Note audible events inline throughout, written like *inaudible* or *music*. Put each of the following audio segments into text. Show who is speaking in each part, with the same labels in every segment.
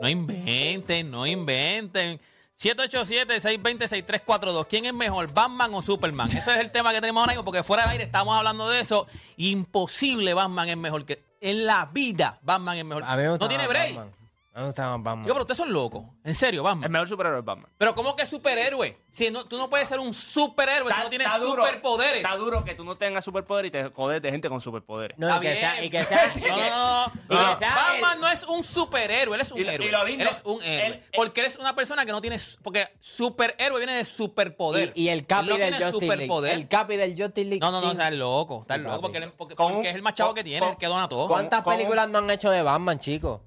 Speaker 1: No inventen, no inventen. 787-620-6342. ¿Quién es mejor, Batman o Superman? Ese es el tema que tenemos ahora mismo, porque fuera del aire estamos hablando de eso. Imposible, Batman es mejor que. En la vida, Batman es mejor.
Speaker 2: A mí me
Speaker 1: no
Speaker 2: gustaba
Speaker 1: tiene
Speaker 2: más
Speaker 1: break.
Speaker 2: Batman. A mí me gustaba más Batman.
Speaker 1: Yo, pero ustedes son locos. En serio,
Speaker 3: El
Speaker 1: Batman.
Speaker 3: mejor superhéroe es Batman.
Speaker 1: Pero ¿cómo que superhéroe? Si no- tú no puedes ser un superhéroe, si no tienes superpoderes.
Speaker 3: Está duro que tú no tengas superpoderes y te jodes de gente con superpoderes.
Speaker 2: no,
Speaker 1: Está
Speaker 2: y que
Speaker 1: bien.
Speaker 2: sea, y que
Speaker 3: *laughs*
Speaker 2: sea, y
Speaker 1: *laughs*
Speaker 2: que-
Speaker 1: No, no, no.
Speaker 2: y que
Speaker 1: No.
Speaker 2: sea
Speaker 1: Batman
Speaker 2: el-
Speaker 1: no es un superhéroe, él es un
Speaker 3: Y lo-
Speaker 1: héroe.
Speaker 3: y lo lindo-
Speaker 1: él es un héroe.
Speaker 3: él-
Speaker 1: porque eres una persona que no tiene. su- Porque superhéroe viene de superpoder.
Speaker 2: y, y el
Speaker 1: Él
Speaker 2: capi
Speaker 1: no
Speaker 2: del
Speaker 1: tiene
Speaker 2: Justice League.
Speaker 1: superpoder.
Speaker 2: El capi del Justice League.
Speaker 1: no, no, no,
Speaker 2: sin-
Speaker 1: está loco. Está loco porque, él- porque-
Speaker 3: Con
Speaker 1: porque
Speaker 3: un-
Speaker 1: es el más chavo
Speaker 3: con-
Speaker 1: que tiene, el
Speaker 3: con-
Speaker 1: que dona todo.
Speaker 2: ¿Cuántas
Speaker 3: con-
Speaker 2: películas no han hecho de Batman, chicos?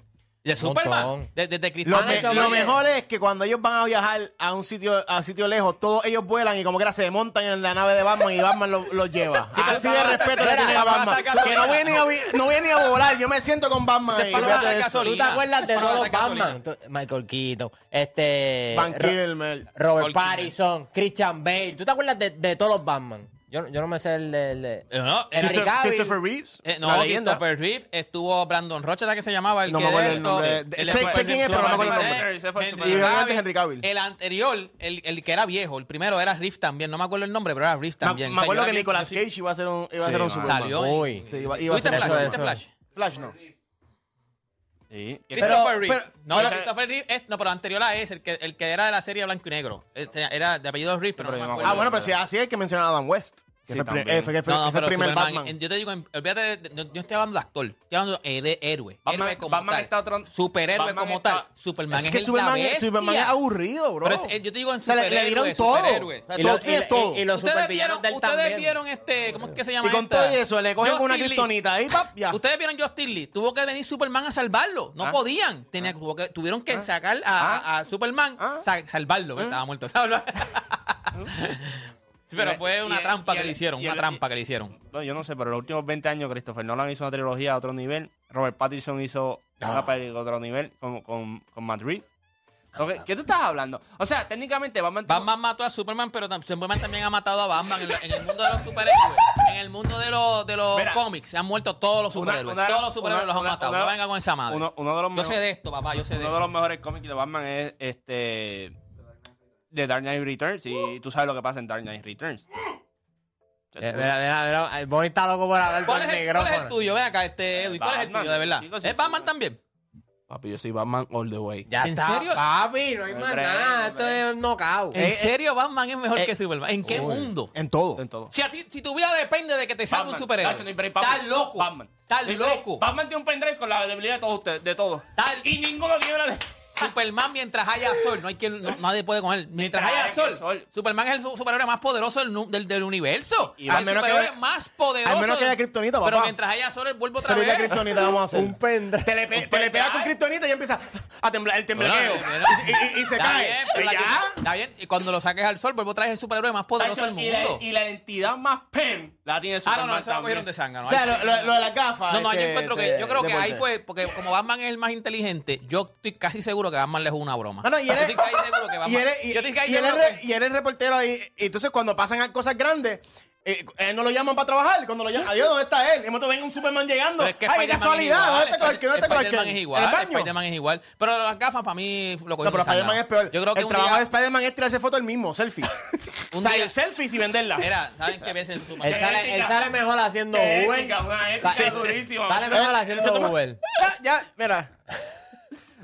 Speaker 1: de Superman.
Speaker 2: montón.
Speaker 1: de- Desde
Speaker 4: Lo,
Speaker 1: Cristal.
Speaker 2: Han
Speaker 4: me-
Speaker 2: hecho
Speaker 4: lo
Speaker 2: bien.
Speaker 4: mejor es que cuando ellos van a viajar a un sitio a sitio lejos, todos ellos vuelan y como quiera se montan en la nave de Batman y Batman lo- los lleva.
Speaker 1: Sí, pero
Speaker 4: Así
Speaker 1: para-
Speaker 4: de respeto
Speaker 1: para-
Speaker 4: le tienen a
Speaker 1: para-
Speaker 4: Batman.
Speaker 1: para-
Speaker 4: Que no viene, a, vi- no viene a volar, yo me siento con Batman.
Speaker 1: Se
Speaker 4: ahí,
Speaker 1: paró
Speaker 4: fíjate
Speaker 1: la de
Speaker 4: eso.
Speaker 1: gasolina.
Speaker 2: ¿Tú te acuerdas de
Speaker 1: Para
Speaker 2: todos
Speaker 1: la
Speaker 2: los
Speaker 1: gasolina.
Speaker 2: Batman? Tú- Michael Keaton, este...
Speaker 4: Van
Speaker 2: Ro-
Speaker 4: Kilmer.
Speaker 2: Robert
Speaker 1: Hulk
Speaker 2: Pattinson, Christian Bale. ¿Tú te acuerdas de, de todos los Batman? Yo, yo no me sé el de... el de-
Speaker 1: Eh, no,
Speaker 2: Henry
Speaker 4: Christopher-
Speaker 2: Cavill.
Speaker 4: Christopher Reeves.
Speaker 1: Eh, no,
Speaker 4: la leyenda.
Speaker 1: Christopher Reeve estuvo Brandon Rocha, ¿la que se llamaba? El
Speaker 4: No
Speaker 1: que
Speaker 4: me acuerdo
Speaker 1: de
Speaker 4: el
Speaker 1: esto,
Speaker 4: nombre.
Speaker 1: el
Speaker 4: Sé-
Speaker 1: de
Speaker 4: sé
Speaker 1: Superman.
Speaker 4: quién es, pero no me acuerdo el
Speaker 1: Superman,
Speaker 3: nombre. Ese fue el
Speaker 1: Henry
Speaker 3: Superman.
Speaker 4: Y obviamente
Speaker 1: Cavill.
Speaker 4: Henry Cavill.
Speaker 1: El anterior, el, el que era viejo, el primero era Reeve también. No me acuerdo el nombre, pero era Reeve
Speaker 4: Me-
Speaker 1: también. O
Speaker 4: Me,
Speaker 1: sea,
Speaker 4: acuerdo
Speaker 1: yo
Speaker 4: que
Speaker 1: era bien-
Speaker 4: Nicolas Cage iba a ser un, iba a ser un
Speaker 3: Sí,
Speaker 4: Superman.
Speaker 1: Salió. en-
Speaker 2: Uy.
Speaker 4: Sí, iba, iba a
Speaker 1: ¿Tuviste
Speaker 4: ser
Speaker 2: Eso,
Speaker 1: Flash?
Speaker 4: eso.
Speaker 1: ¿Tuviste
Speaker 2: eso.
Speaker 1: Flash?
Speaker 4: Flash no.
Speaker 3: Sí. Que-
Speaker 4: Pero-
Speaker 1: Christopher Reeve.
Speaker 4: pero-
Speaker 1: no,
Speaker 4: pero-
Speaker 1: Christopher Reeve es- no, pero anterior a ese, el que, el que era de la serie Blanco y Negro. Este, era de apellido Reeve, pero,
Speaker 3: Pero
Speaker 1: no
Speaker 3: yo
Speaker 1: me
Speaker 3: no
Speaker 1: acuerdo.
Speaker 4: Ah, bueno, pero si así es que mencionaba a Adam West. Que
Speaker 3: Sí,
Speaker 4: fue el pri-
Speaker 3: también.
Speaker 4: eh, fue- que fue-
Speaker 1: No, no,
Speaker 4: que fue
Speaker 1: pero
Speaker 4: el primer
Speaker 1: Superman,
Speaker 4: Batman.
Speaker 1: en- yo te digo, en- olvídate, de- de- no- yo estoy hablando de actor, estoy hablando de, de héroe,
Speaker 3: Batman-
Speaker 1: héroe como
Speaker 3: Batman
Speaker 1: tal,
Speaker 3: está otro-
Speaker 1: superhéroe
Speaker 3: Batman
Speaker 1: como
Speaker 3: está-
Speaker 1: tal, Superman es,
Speaker 4: Es que
Speaker 1: el
Speaker 4: Superman
Speaker 1: la
Speaker 4: es-
Speaker 1: bestia.
Speaker 4: Superman es aburrido, bro.
Speaker 1: Pero es- eh, yo te digo en
Speaker 4: O sea, le- le
Speaker 1: superhéroe,
Speaker 4: dieron todo.
Speaker 1: superhéroe.
Speaker 4: O sea,
Speaker 2: Y
Speaker 4: todo
Speaker 2: los- y-
Speaker 4: tiene
Speaker 2: y-
Speaker 4: todo.
Speaker 2: y los
Speaker 1: Ustedes vieron,
Speaker 2: supervillanos del
Speaker 1: ustedes
Speaker 2: también.
Speaker 1: vieron este, ¿cómo es que se llama
Speaker 4: Y con
Speaker 1: esta?
Speaker 4: todo eso, le cogen con una
Speaker 1: Justice League.
Speaker 4: kriptonita ahí, pap, ya.
Speaker 1: Ustedes vieron Justin Lee, tuvo que venir Superman a salvarlo,
Speaker 3: Ah.
Speaker 1: no podían, Tenía- tuvo que- tuvieron que sacar a, a Superman,
Speaker 3: Ah.
Speaker 1: sa- salvarlo, que estaba muerto,
Speaker 3: *laughs*
Speaker 1: salvarlo. Sí, pero
Speaker 3: Y-
Speaker 1: fue una
Speaker 3: y-
Speaker 1: trampa
Speaker 3: y-
Speaker 1: que le hicieron,
Speaker 3: y-
Speaker 1: una
Speaker 3: y-
Speaker 1: trampa que le hicieron.
Speaker 3: No, yo no sé, pero en los últimos 20 años Christopher Nolan hizo una trilogía a otro nivel. Robert Pattinson hizo una
Speaker 1: Ah.
Speaker 3: película a otro nivel con, con, con Matt Reeves. Ok, ¿Qué tú estás hablando? O sea, técnicamente Batman...
Speaker 1: Batman mató a Superman, pero tam- Superman también ha matado a Batman en, la- en el mundo de los superhéroes. En el mundo de los, de los
Speaker 3: Mira.
Speaker 1: cómics se han muerto todos los
Speaker 3: Una-
Speaker 1: superhéroes.
Speaker 3: una-
Speaker 1: todos los superhéroes
Speaker 3: una-
Speaker 1: los han
Speaker 3: una-
Speaker 1: matado.
Speaker 3: una-
Speaker 1: no venga con esa madre.
Speaker 3: uno- uno de los
Speaker 1: yo sé
Speaker 3: mejor-
Speaker 1: de esto, papá, yo sé de
Speaker 3: Uno de
Speaker 1: esto.
Speaker 3: los mejores cómics de Batman es este. De Dark Knight Returns.
Speaker 1: Uh.
Speaker 3: Y tú sabes lo que pasa en Dark Knight Returns.
Speaker 2: Eh, mira, mira, mira, el Bonnie está loco por hablar
Speaker 1: ¿Cuál
Speaker 2: por
Speaker 1: es,
Speaker 2: el
Speaker 1: el, cuál es el
Speaker 2: micrófono.
Speaker 1: tuyo? Ven acá, este Edwin. ¿Cuál es el
Speaker 3: Batman,
Speaker 1: tuyo, de verdad?
Speaker 3: chicos, sí,
Speaker 1: ¿Es Batman
Speaker 3: sí, Eh,
Speaker 1: también?
Speaker 5: Papi, yo soy Batman all the way.
Speaker 2: Ya
Speaker 1: ¿En
Speaker 2: está,
Speaker 1: serio?
Speaker 2: Papi, no hay más
Speaker 3: Hombre,
Speaker 2: nada. Esto
Speaker 3: hombre.
Speaker 2: es knockout.
Speaker 1: ¿En
Speaker 4: eh,
Speaker 1: serio Batman es mejor
Speaker 4: eh,
Speaker 1: que Superman? ¿En qué mundo?
Speaker 4: En todo.
Speaker 3: En todo.
Speaker 1: Si, a ti- si tu vida depende de que te salga un
Speaker 3: Batman,
Speaker 1: superhéroe.
Speaker 3: Nacho, no hay break, Batman.
Speaker 1: Estás loco.
Speaker 3: Batman. No
Speaker 1: Estás
Speaker 3: hay break.
Speaker 1: loco.
Speaker 3: Batman tiene un pendrive con la debilidad de todos ustedes. De todos.
Speaker 1: Tal-
Speaker 3: Y ninguno tiene la de.
Speaker 1: Superman mientras haya sol, no hay quien, no- nadie puede con él. Mientras
Speaker 3: Mientras
Speaker 1: haya
Speaker 3: haya
Speaker 1: sol,
Speaker 3: sol.
Speaker 1: Superman es el su- superhéroe más poderoso del, nu- del, del universo.
Speaker 3: Y
Speaker 1: Es
Speaker 4: al
Speaker 1: el
Speaker 4: menos que
Speaker 1: superhéroe
Speaker 4: haya-
Speaker 1: más poderoso.
Speaker 4: al menos que haya
Speaker 1: del-
Speaker 4: kriptonita,
Speaker 1: Pero
Speaker 4: papá.
Speaker 1: mientras haya sol, él vuelve otra
Speaker 4: Pero ¿y
Speaker 1: vez.
Speaker 4: la kriptonita vamos a hacer?
Speaker 2: Un pendrive.
Speaker 4: Te le, pe- te le pega con kriptonita y ya empieza a temblar el temblequeo.
Speaker 1: Bueno, bueno.
Speaker 4: Y, y- y se
Speaker 1: Está
Speaker 4: cae.
Speaker 1: bien, pero
Speaker 4: Y
Speaker 1: la
Speaker 4: ya.
Speaker 1: kripto- Está bien, y cuando lo saques al sol, vuelvo a traer el superhéroe más poderoso del
Speaker 3: Tacho, y,
Speaker 1: mundo.
Speaker 3: la, y la entidad más pen la tiene
Speaker 1: Ah,
Speaker 3: Superman
Speaker 1: no, no, eso lo
Speaker 3: también.
Speaker 1: cogieron de sangre.
Speaker 4: O sea, lo, lo- lo de las gafas.
Speaker 1: No, no, yo
Speaker 4: este,
Speaker 1: encuentro que.
Speaker 4: este,
Speaker 1: Yo creo que ahí
Speaker 4: deporte.
Speaker 1: fue. Porque como Batman es el más inteligente, yo estoy casi seguro que Batman le jugó una broma.
Speaker 4: No, no, y
Speaker 1: Yo
Speaker 4: él es-
Speaker 1: estoy casi seguro que Batman.
Speaker 4: Y eres, y,
Speaker 1: yo estoy casi
Speaker 4: y él es
Speaker 1: seguro
Speaker 4: re-
Speaker 1: que-
Speaker 4: y él es reportero ahí. Y entonces, cuando pasan a cosas grandes, eh, él no lo llaman para trabajar. Cuando lo llaman, adiós, ¿dónde está él? Y de momento ven un Superman llegando.
Speaker 1: Pero es que
Speaker 4: ¡Ay, qué
Speaker 1: Spider-Man
Speaker 4: casualidad!
Speaker 1: es
Speaker 4: ¿Dónde
Speaker 1: igual,
Speaker 4: está Clark Kent? ¿Dónde está Clark
Speaker 1: Spider-Man
Speaker 4: Kent?
Speaker 1: es
Speaker 4: ¿En el
Speaker 1: igual.
Speaker 4: baño?
Speaker 1: Spider-Man es igual. Pero las gafas para mí lo
Speaker 4: No,
Speaker 1: cogieron
Speaker 4: pero
Speaker 1: de sangre.
Speaker 4: Spider-Man es peor.
Speaker 1: Yo creo que
Speaker 4: el
Speaker 1: un
Speaker 4: trabajo
Speaker 1: día-
Speaker 4: de Spider-Man es tirarse fotos él mismo, selfies.
Speaker 1: *laughs* Un
Speaker 4: o sea,
Speaker 1: día-
Speaker 4: el selfies y venderlas.
Speaker 1: Mira, ¿saben qué veces tú
Speaker 2: Él sale, él sale mejor haciendo
Speaker 3: Qué
Speaker 2: Uber.
Speaker 3: ética, Oh, una ética
Speaker 2: Sa-
Speaker 3: durísima.
Speaker 2: Sale
Speaker 4: Eh,
Speaker 2: mejor
Speaker 4: se
Speaker 2: haciendo
Speaker 4: toma-
Speaker 2: Uber.
Speaker 4: *laughs* Ya, Ah, ya, mira.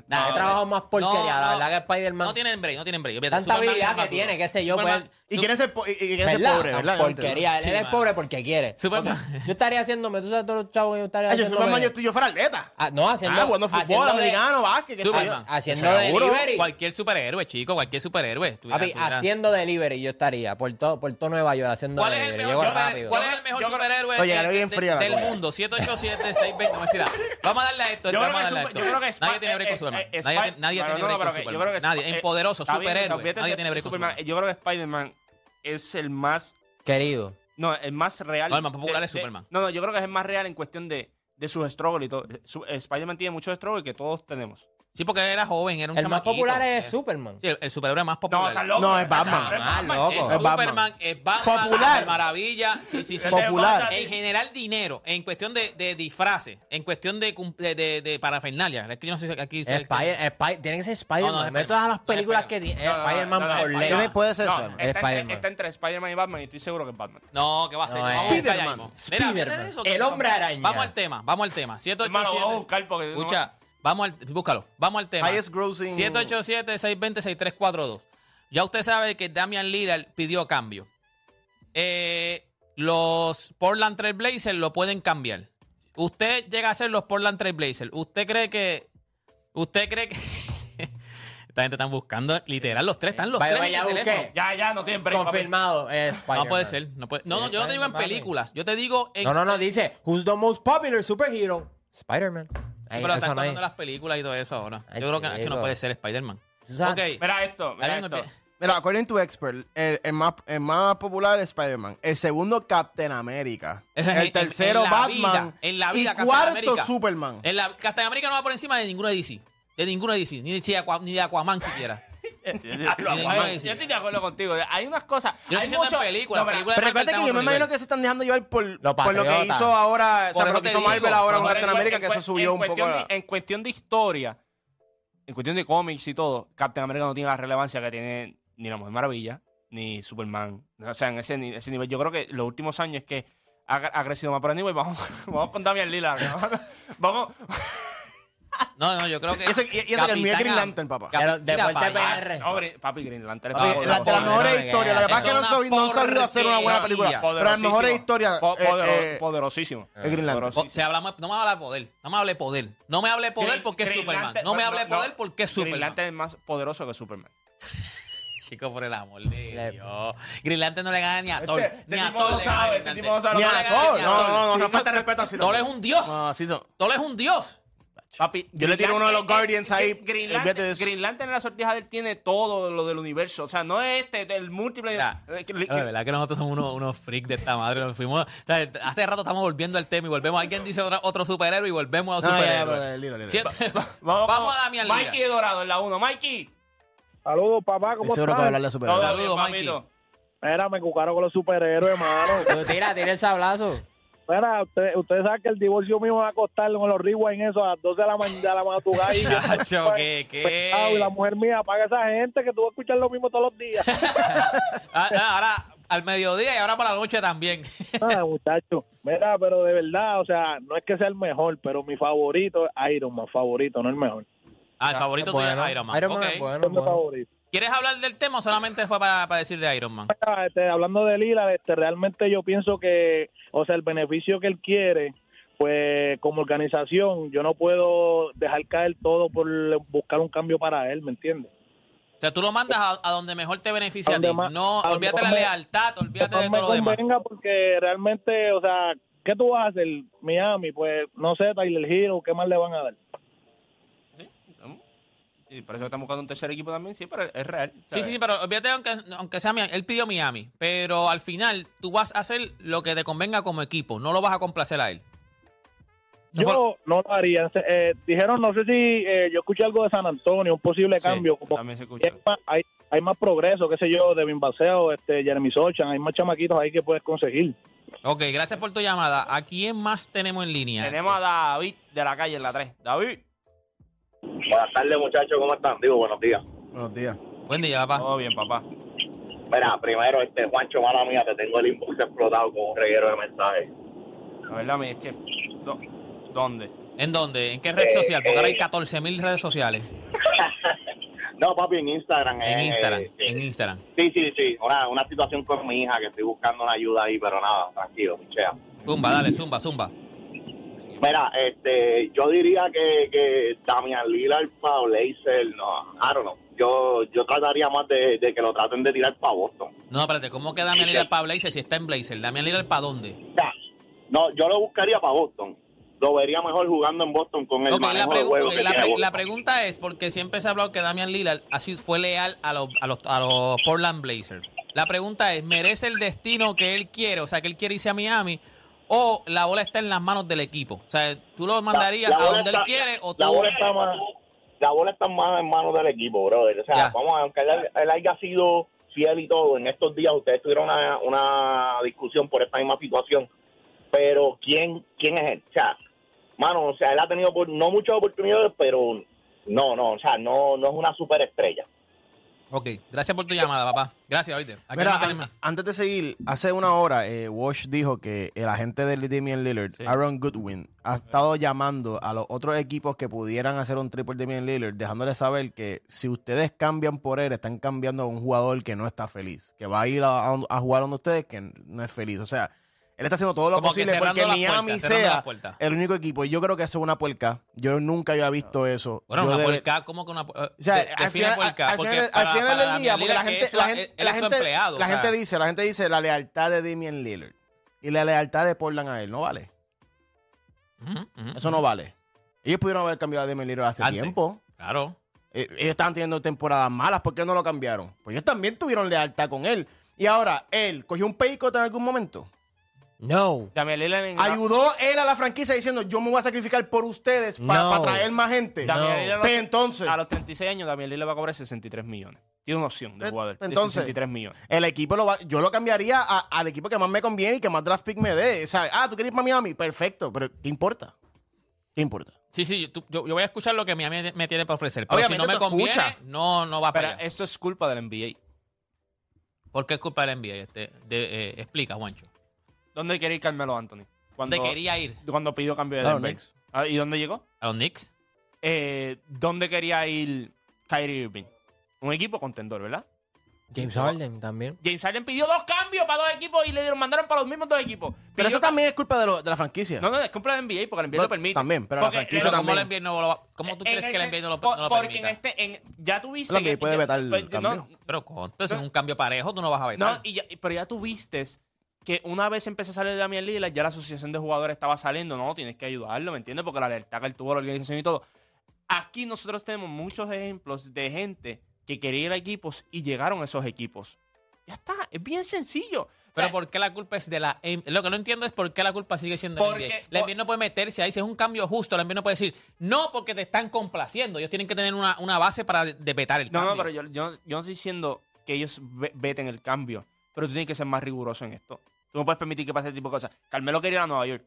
Speaker 2: Nah, he trabajado más porquería, la verdad que Spider-Man.
Speaker 1: No tienen break, no tienen break. Olvídate,
Speaker 2: Tanta
Speaker 1: Superman es más
Speaker 2: habilidad que
Speaker 1: duro.
Speaker 2: tiene, qué sé yo,
Speaker 1: Superman-
Speaker 2: pues.
Speaker 4: Y
Speaker 1: Su-
Speaker 4: quiere ser, po- y- y quiere ser
Speaker 2: ¿Verdad?
Speaker 4: pobre,
Speaker 2: Tan
Speaker 4: ¿verdad?
Speaker 2: porquería.
Speaker 1: Sí,
Speaker 2: él es
Speaker 1: mano.
Speaker 2: pobre porque quiere.
Speaker 1: Superman.
Speaker 2: Porque Yo estaría haciéndome, tú sabes todos los chavos que yo estaría
Speaker 4: Ay, yo
Speaker 2: haciendo.
Speaker 4: Superman, yo, yo fuera atleta.
Speaker 2: no, haciendo.
Speaker 4: Ah, jugando
Speaker 2: haciendo
Speaker 4: fútbol,
Speaker 2: de-
Speaker 4: americano, básquet, qué sé
Speaker 1: Superman.
Speaker 4: yo.
Speaker 2: Haciendo delivery.
Speaker 1: Cualquier superhéroe, chico, cualquier superhéroe. Tuviera-
Speaker 2: Papi,
Speaker 1: tuviera-
Speaker 2: haciendo delivery yo estaría por todo por todo Nueva York haciendo
Speaker 1: ¿Cuál es el
Speaker 2: delivery.
Speaker 1: mejor,
Speaker 2: Llego
Speaker 1: super-
Speaker 2: rápido.
Speaker 1: ¿cuál es el mejor
Speaker 3: Yo creo-
Speaker 1: superhéroe
Speaker 4: Oye,
Speaker 1: de-
Speaker 4: ganó bien
Speaker 1: de-
Speaker 4: fría la
Speaker 1: del
Speaker 4: cosa.
Speaker 1: mundo? 787-620. No, mentira. Vamos a darle a esto.
Speaker 3: Yo creo
Speaker 1: vamos a
Speaker 3: que
Speaker 1: darle a
Speaker 3: Sup-
Speaker 1: esto.
Speaker 3: yo creo que
Speaker 1: nadie
Speaker 3: Spi-
Speaker 1: tiene break
Speaker 3: eh,
Speaker 1: con Superman.
Speaker 3: eh,
Speaker 1: nadie
Speaker 3: Spi-
Speaker 1: nadie
Speaker 3: no,
Speaker 1: tiene break
Speaker 3: no, pero
Speaker 1: con
Speaker 3: que- yo
Speaker 1: Superman.
Speaker 3: creo que Spi-
Speaker 1: nadie.
Speaker 3: eh,
Speaker 1: Empoderoso,
Speaker 3: está bien,
Speaker 1: superhéroe.
Speaker 3: olvídate
Speaker 1: nadie
Speaker 3: de
Speaker 1: tiene break con
Speaker 3: Superman.
Speaker 1: Superman.
Speaker 3: Yo creo que Spider-Man es el más
Speaker 2: Querido.
Speaker 3: No, el más real.
Speaker 1: No, el más popular
Speaker 3: de-
Speaker 1: es
Speaker 3: de-
Speaker 1: Superman.
Speaker 3: no, no, yo creo que es el más real en cuestión de, de sus struggles y todo. Su- eh, Spider-Man tiene muchos struggles que todos tenemos.
Speaker 1: Sí, porque era joven, era un
Speaker 2: El más
Speaker 1: chamaquito.
Speaker 2: popular es
Speaker 1: Eh,
Speaker 2: Superman.
Speaker 1: Sí, el, el superhéroe más
Speaker 3: No,
Speaker 1: popular.
Speaker 3: está loco.
Speaker 4: No, es Batman.
Speaker 3: Es Batman,
Speaker 2: Ah,
Speaker 3: es-
Speaker 2: loco.
Speaker 1: es
Speaker 4: Batman.
Speaker 1: Superman, es Batman,
Speaker 4: Popular.
Speaker 1: Mujer Maravilla. Sí, sí, sí.
Speaker 4: Popular.
Speaker 1: En general, dinero. En cuestión de, de disfraces. En cuestión de, cum- de, de, de parafernalia. Es que yo no sé si aquí.
Speaker 2: Spider, Spider- tiene que ser
Speaker 1: No, no,
Speaker 2: Spider-Man.
Speaker 1: es
Speaker 2: Ve todas las
Speaker 1: Spider-Man.
Speaker 2: películas que tiene.
Speaker 3: No, no, no,
Speaker 2: Spider-Man
Speaker 3: no, no,
Speaker 2: por
Speaker 3: es
Speaker 2: ley.
Speaker 3: Spider-Man.
Speaker 4: puede ser
Speaker 3: No,
Speaker 4: Spider-Man?
Speaker 3: está,
Speaker 2: Spider-Man.
Speaker 3: entre, está entre Spider-Man y Batman y estoy seguro que es Batman.
Speaker 1: No, ¿qué va a ser?
Speaker 2: No,
Speaker 1: Vamos
Speaker 2: es-
Speaker 1: a buscar ya
Speaker 4: Spiderman,
Speaker 1: mismo. Mira, mira
Speaker 2: Spiderman,
Speaker 1: eso.
Speaker 2: el hombre araña.
Speaker 1: Vamos al tema, vamos al tema.
Speaker 3: Hermano, lo voy a
Speaker 1: 787.
Speaker 3: buscar porque. no-
Speaker 1: Escucha, vamos al, búscalo, vamos al tema.
Speaker 4: Highest grossing-
Speaker 1: 787-620-6342. Ya usted sabe que Damian Lillard pidió cambio. Eh, los Portland Trail Blazers lo pueden cambiar. Usted llega a ser los Portland Trail Blazers. ¿Usted cree que... ¿Usted cree que... *laughs* Esta gente están buscando, literal, los tres, están los
Speaker 2: By the
Speaker 1: tres
Speaker 2: way,
Speaker 1: en
Speaker 2: ya
Speaker 1: el
Speaker 2: busqué.
Speaker 1: teléfono.
Speaker 3: Ya, ya, no tienen break. papi.
Speaker 2: Confirmado es Spider-Man.
Speaker 1: No puede ser. No, puede- no, no, yo no te digo en
Speaker 2: Papi.
Speaker 1: películas. Yo te digo en...
Speaker 2: No, no, no, dice, who's the most popular superhero? Spider-Man. Ahí,
Speaker 1: pero
Speaker 2: eso
Speaker 1: están
Speaker 2: no hay.
Speaker 1: hablando de las películas y todo eso ahora.
Speaker 2: Ay,
Speaker 1: Yo creo que Nacho
Speaker 2: chico.
Speaker 1: no puede ser Spider-Man.
Speaker 2: O sea,
Speaker 1: Ok.
Speaker 3: Mira esto, mira
Speaker 1: Hablando
Speaker 3: esto. *laughs*
Speaker 1: de-
Speaker 4: Mira, according to expert, el, el más, el más popular es Spider-Man. El segundo, Captain America.
Speaker 1: Eso es en-
Speaker 4: el
Speaker 1: en-
Speaker 4: tercero,
Speaker 1: en la
Speaker 4: Batman.
Speaker 1: vida, en la vida,
Speaker 4: y
Speaker 1: Captain Eh,
Speaker 4: cuarto,
Speaker 1: América.
Speaker 4: Superman.
Speaker 1: En la Captain América no va por encima de ninguno de DC. De ninguno de DC. Ni de, Chiaqua- ni de Aquaman siquiera.
Speaker 3: Yo estoy de acuerdo contigo. Hay unas cosas.
Speaker 1: Yo estoy
Speaker 3: hay
Speaker 1: diciendo
Speaker 3: mucho-
Speaker 1: en películas,
Speaker 3: No, mira,
Speaker 1: películas
Speaker 4: Pero recuerda que yo me imagino que se están dejando llevar por, por lo que
Speaker 2: patriotas.
Speaker 4: hizo ahora, o
Speaker 1: Por eso
Speaker 4: sea, por lo que
Speaker 1: te
Speaker 4: hizo
Speaker 1: digo,
Speaker 4: Marvel ahora con
Speaker 1: por
Speaker 4: Captain
Speaker 1: eso-
Speaker 4: América, que
Speaker 3: en
Speaker 4: eso
Speaker 3: cue-
Speaker 4: subió
Speaker 3: en
Speaker 4: un poco.
Speaker 3: cuestión
Speaker 4: la-
Speaker 3: de- en cuestión de historia, en cuestión de cómics y todo, Captain America no tiene la relevancia que tiene ni la Mujer Maravilla, ni Superman. O sea, en ese, ni- ese nivel. Yo creo que los últimos años es que ha, ha crecido más. Pero anyway, vamos, *laughs* vamos con Damian Lillard. ¿no? *laughs* vamos.
Speaker 1: No, no, yo creo que.
Speaker 4: Y eso- y- y eso que el
Speaker 1: Capitán
Speaker 4: mío es Green
Speaker 1: Am-
Speaker 4: Lantern, papá.
Speaker 1: Cap-
Speaker 2: Pero
Speaker 1: Mira
Speaker 2: deporte
Speaker 1: para allá.
Speaker 2: PR.
Speaker 3: No, Gre- Ah, papi Green Lantern.
Speaker 4: Papi,
Speaker 3: Papi,
Speaker 4: la- de las
Speaker 2: no,
Speaker 4: mejores
Speaker 2: no, no,
Speaker 4: historias. Lo
Speaker 2: eso
Speaker 4: que pasa es que no,
Speaker 1: es
Speaker 4: sabi-
Speaker 1: una
Speaker 4: no han sabido hacer una buena
Speaker 1: porquería.
Speaker 4: película. Pero las mejores historias.
Speaker 3: Po-
Speaker 4: eh,
Speaker 3: podero-
Speaker 4: eh,
Speaker 3: poderosísimo.
Speaker 4: es Green Lantern.
Speaker 1: O sea, hablamos, no me habla de poder. No me hable de poder. No me hable de poder porque es Superman. no me hable de poder porque es
Speaker 3: Green
Speaker 1: Superman.
Speaker 3: Lantern es más poderoso que Superman.
Speaker 1: Chico, por el amor de
Speaker 2: Le-
Speaker 1: Dios. Green Lantern no le gana ni a Thor.
Speaker 3: Este- este
Speaker 1: ni a
Speaker 3: tipo
Speaker 1: Thor.
Speaker 3: no
Speaker 1: le
Speaker 3: sabe,
Speaker 1: gana
Speaker 3: este
Speaker 1: Green
Speaker 3: tipo no sabe
Speaker 1: Lantern.
Speaker 3: lo
Speaker 1: le
Speaker 3: que-
Speaker 1: gana
Speaker 4: No,
Speaker 1: ni a
Speaker 4: no,
Speaker 1: Thor.
Speaker 4: no, no, no falta de respeto así.
Speaker 1: Thor es un dios.
Speaker 4: No, así no.
Speaker 1: Thor es un dios.
Speaker 3: Papi,
Speaker 4: Yo le
Speaker 3: Green
Speaker 4: tiro uno de los
Speaker 3: Lantern-
Speaker 4: Guardians ahí,
Speaker 3: Green- Green
Speaker 4: olvídate de
Speaker 3: Lantern,
Speaker 4: eso.
Speaker 3: Green Lantern en la sortija de él tiene todo lo del universo. O sea, no es este, el múltiple.
Speaker 1: Mira,
Speaker 3: eh,
Speaker 1: es
Speaker 3: Gr-
Speaker 1: verdad que nosotros somos unos, unos freaks de esta madre. Nos fuimos, o sea, hace rato estamos volviendo al tema y volvemos. Alguien dice otro, otro superhéroe y volvemos a
Speaker 4: No, ya,
Speaker 1: superhéroe.
Speaker 4: pero, eh, Lilo,
Speaker 2: pues,
Speaker 4: Lilo.
Speaker 1: *laughs* vamos, vamos a Damian Lillard.
Speaker 3: Mikey Dorado en la 1. Mikey.
Speaker 6: Saludos, papá,
Speaker 4: Estoy
Speaker 6: ¿cómo
Speaker 4: seguro que va a hablar
Speaker 6: estás?
Speaker 4: de
Speaker 3: Todo
Speaker 4: superhéroes.
Speaker 1: Saludos,
Speaker 3: bien,
Speaker 1: Mikey.
Speaker 3: papito.
Speaker 6: Mira, me cucaron con los superhéroes, hermano.
Speaker 2: Tú Pues, tira, tira el sablazo.
Speaker 6: Mira, usted- ustedes saben que el divorcio mío va a costar con los rewind eso a las 12 de la mañana, de la madrugada. y-
Speaker 1: Chacho, ¿qué, qué?
Speaker 6: Ah, y la mujer mía paga esa gente que tuvo que escuchar lo mismo todos los días.
Speaker 1: Ah, ah, Ahora al mediodía y ahora para la noche también.
Speaker 6: Ah, muchacho. Mira, pero de verdad, o sea, no es que sea el mejor, pero mi favorito es Iron Man, favorito, no el mejor.
Speaker 1: Ah, el favorito tuyo es Iron Man.
Speaker 2: Iron Man
Speaker 1: Ok.
Speaker 2: es bueno,
Speaker 6: Es mi
Speaker 2: bueno.
Speaker 6: favorito.
Speaker 1: ¿Quieres hablar del tema o solamente fue para, para decir de Iron Man?
Speaker 6: Ah, este, hablando de Lila, este, realmente yo pienso que, o sea, el beneficio que él quiere, pues como organización, yo no puelo dejar caer todo por buscar un cambio para él, ¿me entiendes?
Speaker 1: O sea, tú lo mandas a, a donde mejor te beneficia a ti.
Speaker 6: Donde más-
Speaker 1: No,
Speaker 6: a donde
Speaker 1: olvídate la
Speaker 6: más me-
Speaker 1: lealtad, olvídate de
Speaker 6: me
Speaker 1: todo lo demás.
Speaker 6: convenga porque realmente, o sea, ¿qué tú vas a hacer? Miami, pues no sé, Tyler Hero, ¿qué más le van a dar?
Speaker 3: Y por eso están buscando un tercer equipo también, sí, pero es real.
Speaker 1: Sí,
Speaker 3: ¿sabes?
Speaker 1: sí, sí, pero olvídate, aunque, aunque sea Miami, él pidió Miami, pero al final tú vas a hacer lo que te convenga como equipo, no lo vas a complacer a él. Eso fue lo-
Speaker 6: Yo no lo haría. Se- eh, dijeron, no sé si eh, yo escuché algo de San Antonio, un posible
Speaker 3: Sí,
Speaker 6: cambio. como
Speaker 3: también se escucha.
Speaker 6: hay, más, hay, hay más progreso, qué sé yo, Devin Baseo, este, Jeremy Sochan, hay más chamaquitos ahí que puedes conseguir.
Speaker 1: Ok, gracias por tu llamada. ¿A quién más tenemos en línea?
Speaker 3: Tenemos a David de la calle en la 3. David,
Speaker 7: Buenas tardes, muchachos, ¿cómo están? Digo, buenos días.
Speaker 4: Buenos días.
Speaker 1: Buen día, papá.
Speaker 3: todo bien, papá.
Speaker 7: Mira, primero, este Juancho, mala mía, te tengo el inbox explotado con un reguero de mensajes.
Speaker 3: La verdad, mi, es que. do- ¿Dónde?
Speaker 1: ¿En dónde? ¿En qué red social? Porque ahora hay 14 mil redes sociales.
Speaker 7: No, papi, en Instagram.
Speaker 1: En
Speaker 7: eh,
Speaker 1: Instagram,
Speaker 7: eh,
Speaker 1: en Instagram.
Speaker 7: Sí, sí, sí. Una, una situación con mi hija que estoy buscando una ayuda ahí, pero nada, tranquilo, pichea.
Speaker 1: Zumba, dale, zumba, zumba.
Speaker 7: Mira, este, yo diría que, que Damian Lillard para Blazer, no, I don't know. Yo, yo trataría más de, de que lo traten de tirar para Boston.
Speaker 1: No, espérate, ¿cómo que Damian Lillard para Blazer si está en Blazer? ¿Damian Lillard para dónde?
Speaker 7: O sea, no, yo lo buscaría para Boston. Lo vería mejor jugando en Boston con el
Speaker 1: Ok, la,
Speaker 7: manejo de
Speaker 1: pregu-
Speaker 7: juego
Speaker 1: ok,
Speaker 7: que
Speaker 1: la
Speaker 7: tiene
Speaker 1: pre-
Speaker 7: Boston.
Speaker 1: la pregunta es, porque siempre se ha hablado que Damian Lillard así fue leal a los, a los, a los Portland Blazers. La pregunta es, ¿merece el destino que él quiere? O sea, que él quiere irse a Miami o la bola está en las manos del equipo. O sea, ¿tú lo mandarías
Speaker 7: La- la
Speaker 1: a
Speaker 7: bola
Speaker 1: donde él
Speaker 7: está-
Speaker 1: quiere o tú...?
Speaker 7: la bola está más la bola está más en manos del equipo brother o sea
Speaker 1: Ya.
Speaker 7: vamos a- aunque él, él haya sido fiel y todo en estos días ustedes tuvieron una, una discusión por esta misma situación pero quién quién es él o sea mano o sea él ha tenido por- no muchas oportunidades pero no no o sea no no es una superestrella
Speaker 1: Ok, gracias por tu llamada, papá. Gracias, oíste. ¿A quién
Speaker 4: Mira,
Speaker 1: más tenemos?
Speaker 4: an- antes de seguir, hace una hora eh, Walsh dijo que el agente de Damian Lillard, Aaron Goodwin, ha estado llamando a los otros equipos que pudieran hacer un triple Damian Lillard, dejándoles saber que si ustedes cambian por él, están cambiando a un jugador que no está feliz, que va a ir a, a- a jugar donde ustedes que no es feliz. O sea, él está haciendo todo lo
Speaker 1: Como que
Speaker 4: posible
Speaker 1: cerrando
Speaker 4: porque
Speaker 1: las
Speaker 4: Miami
Speaker 1: puertas, cerrando las
Speaker 4: sea eh,
Speaker 1: puertas.
Speaker 4: el único equipo. Y yo creo que eso es una puerca. Yo nunca había visto eso.
Speaker 1: Bueno,
Speaker 4: Yo
Speaker 1: una
Speaker 4: debe-
Speaker 1: puerca, ¿cómo que una puerca?
Speaker 4: o sea, al final, al- al final- al final del día, porque la gente, la gente, la gente, la gente dice, la gente dice la lealtad de Damian Lillard y la lealtad de Portland a él no vale. Eso no vale. Ellos pudieron haber cambiado a Damian Lillard hace
Speaker 1: Antes.
Speaker 4: tiempo.
Speaker 1: Claro.
Speaker 4: Eh, ellos estaban teniendo temporadas malas, ¿por qué no lo cambiaron? Pues ellos también tuvieron lealtad con él. Y ahora, él cogió un paycote en algún momento.
Speaker 2: No.
Speaker 3: Damian Lillard en-
Speaker 4: Ayudó él a la franquicia diciendo, yo me voy a sacrificar por ustedes para
Speaker 2: No.
Speaker 4: traer más gente.
Speaker 3: Damian Lillard a los-
Speaker 4: Pero entonces,
Speaker 3: A los 36 años, Damian Lillard va a cobrar 63 millones. Tiene una opción de
Speaker 4: Pues,
Speaker 3: jugador de
Speaker 4: entonces-
Speaker 3: 63 millones.
Speaker 4: El equipo lo va- yo lo cambiaría a- al equipo que más me conviene y que más draft pick me dé. O sea, ah, tú quieres ir para Miami, perfecto, pero ¿qué importa? ¿Qué importa?
Speaker 1: Sí, sí, tú- yo, yo voy a escuchar lo que Miami me- me tiene para ofrecer. Pero
Speaker 4: Obviamente
Speaker 1: si no me
Speaker 4: tú
Speaker 1: conviene,
Speaker 4: escuchas.
Speaker 1: no, no va
Speaker 3: Pero
Speaker 1: para allá.
Speaker 3: esto es culpa del NBA.
Speaker 1: eh, ¿Por qué es culpa del NBA? Este, de, eh, explica, Juancho.
Speaker 3: ¿Dónde quería ir Carmelo Anthony? Cuando,
Speaker 1: ¿Dónde quería ir?
Speaker 3: cuando pidió cambio de
Speaker 4: A los
Speaker 3: Denver.
Speaker 4: Knicks.
Speaker 3: Ah, ¿Y dónde llegó?
Speaker 1: ¿A los Knicks?
Speaker 3: Eh, ¿Dónde quería ir Kyrie Irving? Un equipo contendor, ¿verdad?
Speaker 2: James Harden también.
Speaker 3: James Harden pidió dos cambios para dos equipos y le dieron- mandaron para los mismos dos equipos.
Speaker 4: Pero
Speaker 3: Pidió
Speaker 4: eso
Speaker 3: ca-
Speaker 4: también es culpa de, lo- de la franquicia.
Speaker 3: No, no, es culpa del NBA porque el NBA
Speaker 4: No,
Speaker 3: lo permite.
Speaker 4: también, pero la
Speaker 3: Porque-
Speaker 4: franquicia
Speaker 1: Pero
Speaker 4: Eso
Speaker 1: ¿cómo,
Speaker 4: también.
Speaker 1: el NBA no lo va- ¿Cómo tú
Speaker 3: en
Speaker 1: crees que
Speaker 3: ese-
Speaker 1: el NBA no lo,
Speaker 3: por-
Speaker 1: no lo
Speaker 3: Porque en
Speaker 1: permita?
Speaker 3: este, en- ya tuviste...
Speaker 4: El NBA puede vetar el
Speaker 3: pues,
Speaker 4: cambio.
Speaker 3: no,
Speaker 1: Pero, contra, eso es un cambio parejo, tú no vas a ver.
Speaker 3: No, y ya- pero ya tuviste que una vez empezó a salir Damian Lillard, ya la asociación de jugadores estaba saliendo. No, tienes que ayudarlo, ¿me entiendes? Porque la lealtad que él tuvo, la organización y todo. Aquí nosotros tenemos muchos ejemplos de gente que quería ir a equipos y llegaron a esos equipos. Ya está, es bien sencillo.
Speaker 1: Pero
Speaker 3: O sea,
Speaker 1: ¿por qué la culpa es de la M? Lo que no entiendo es por qué la culpa sigue siendo
Speaker 3: Porque-
Speaker 1: la NBA. La NBA no puede meterse ahí. Si es un cambio justo, la NBA no puede decir no porque te están complaciendo. Ellos tienen que tener una, una base para de- de vetar el
Speaker 3: No,
Speaker 1: cambio.
Speaker 3: no, pero yo, yo, yo no estoy diciendo que ellos ve- veten el cambio, pero tú tienes que ser más riguroso en esto. Tú no puedes permitir que pase ese tipo de cosas. Carmelo quería ir a Nueva York.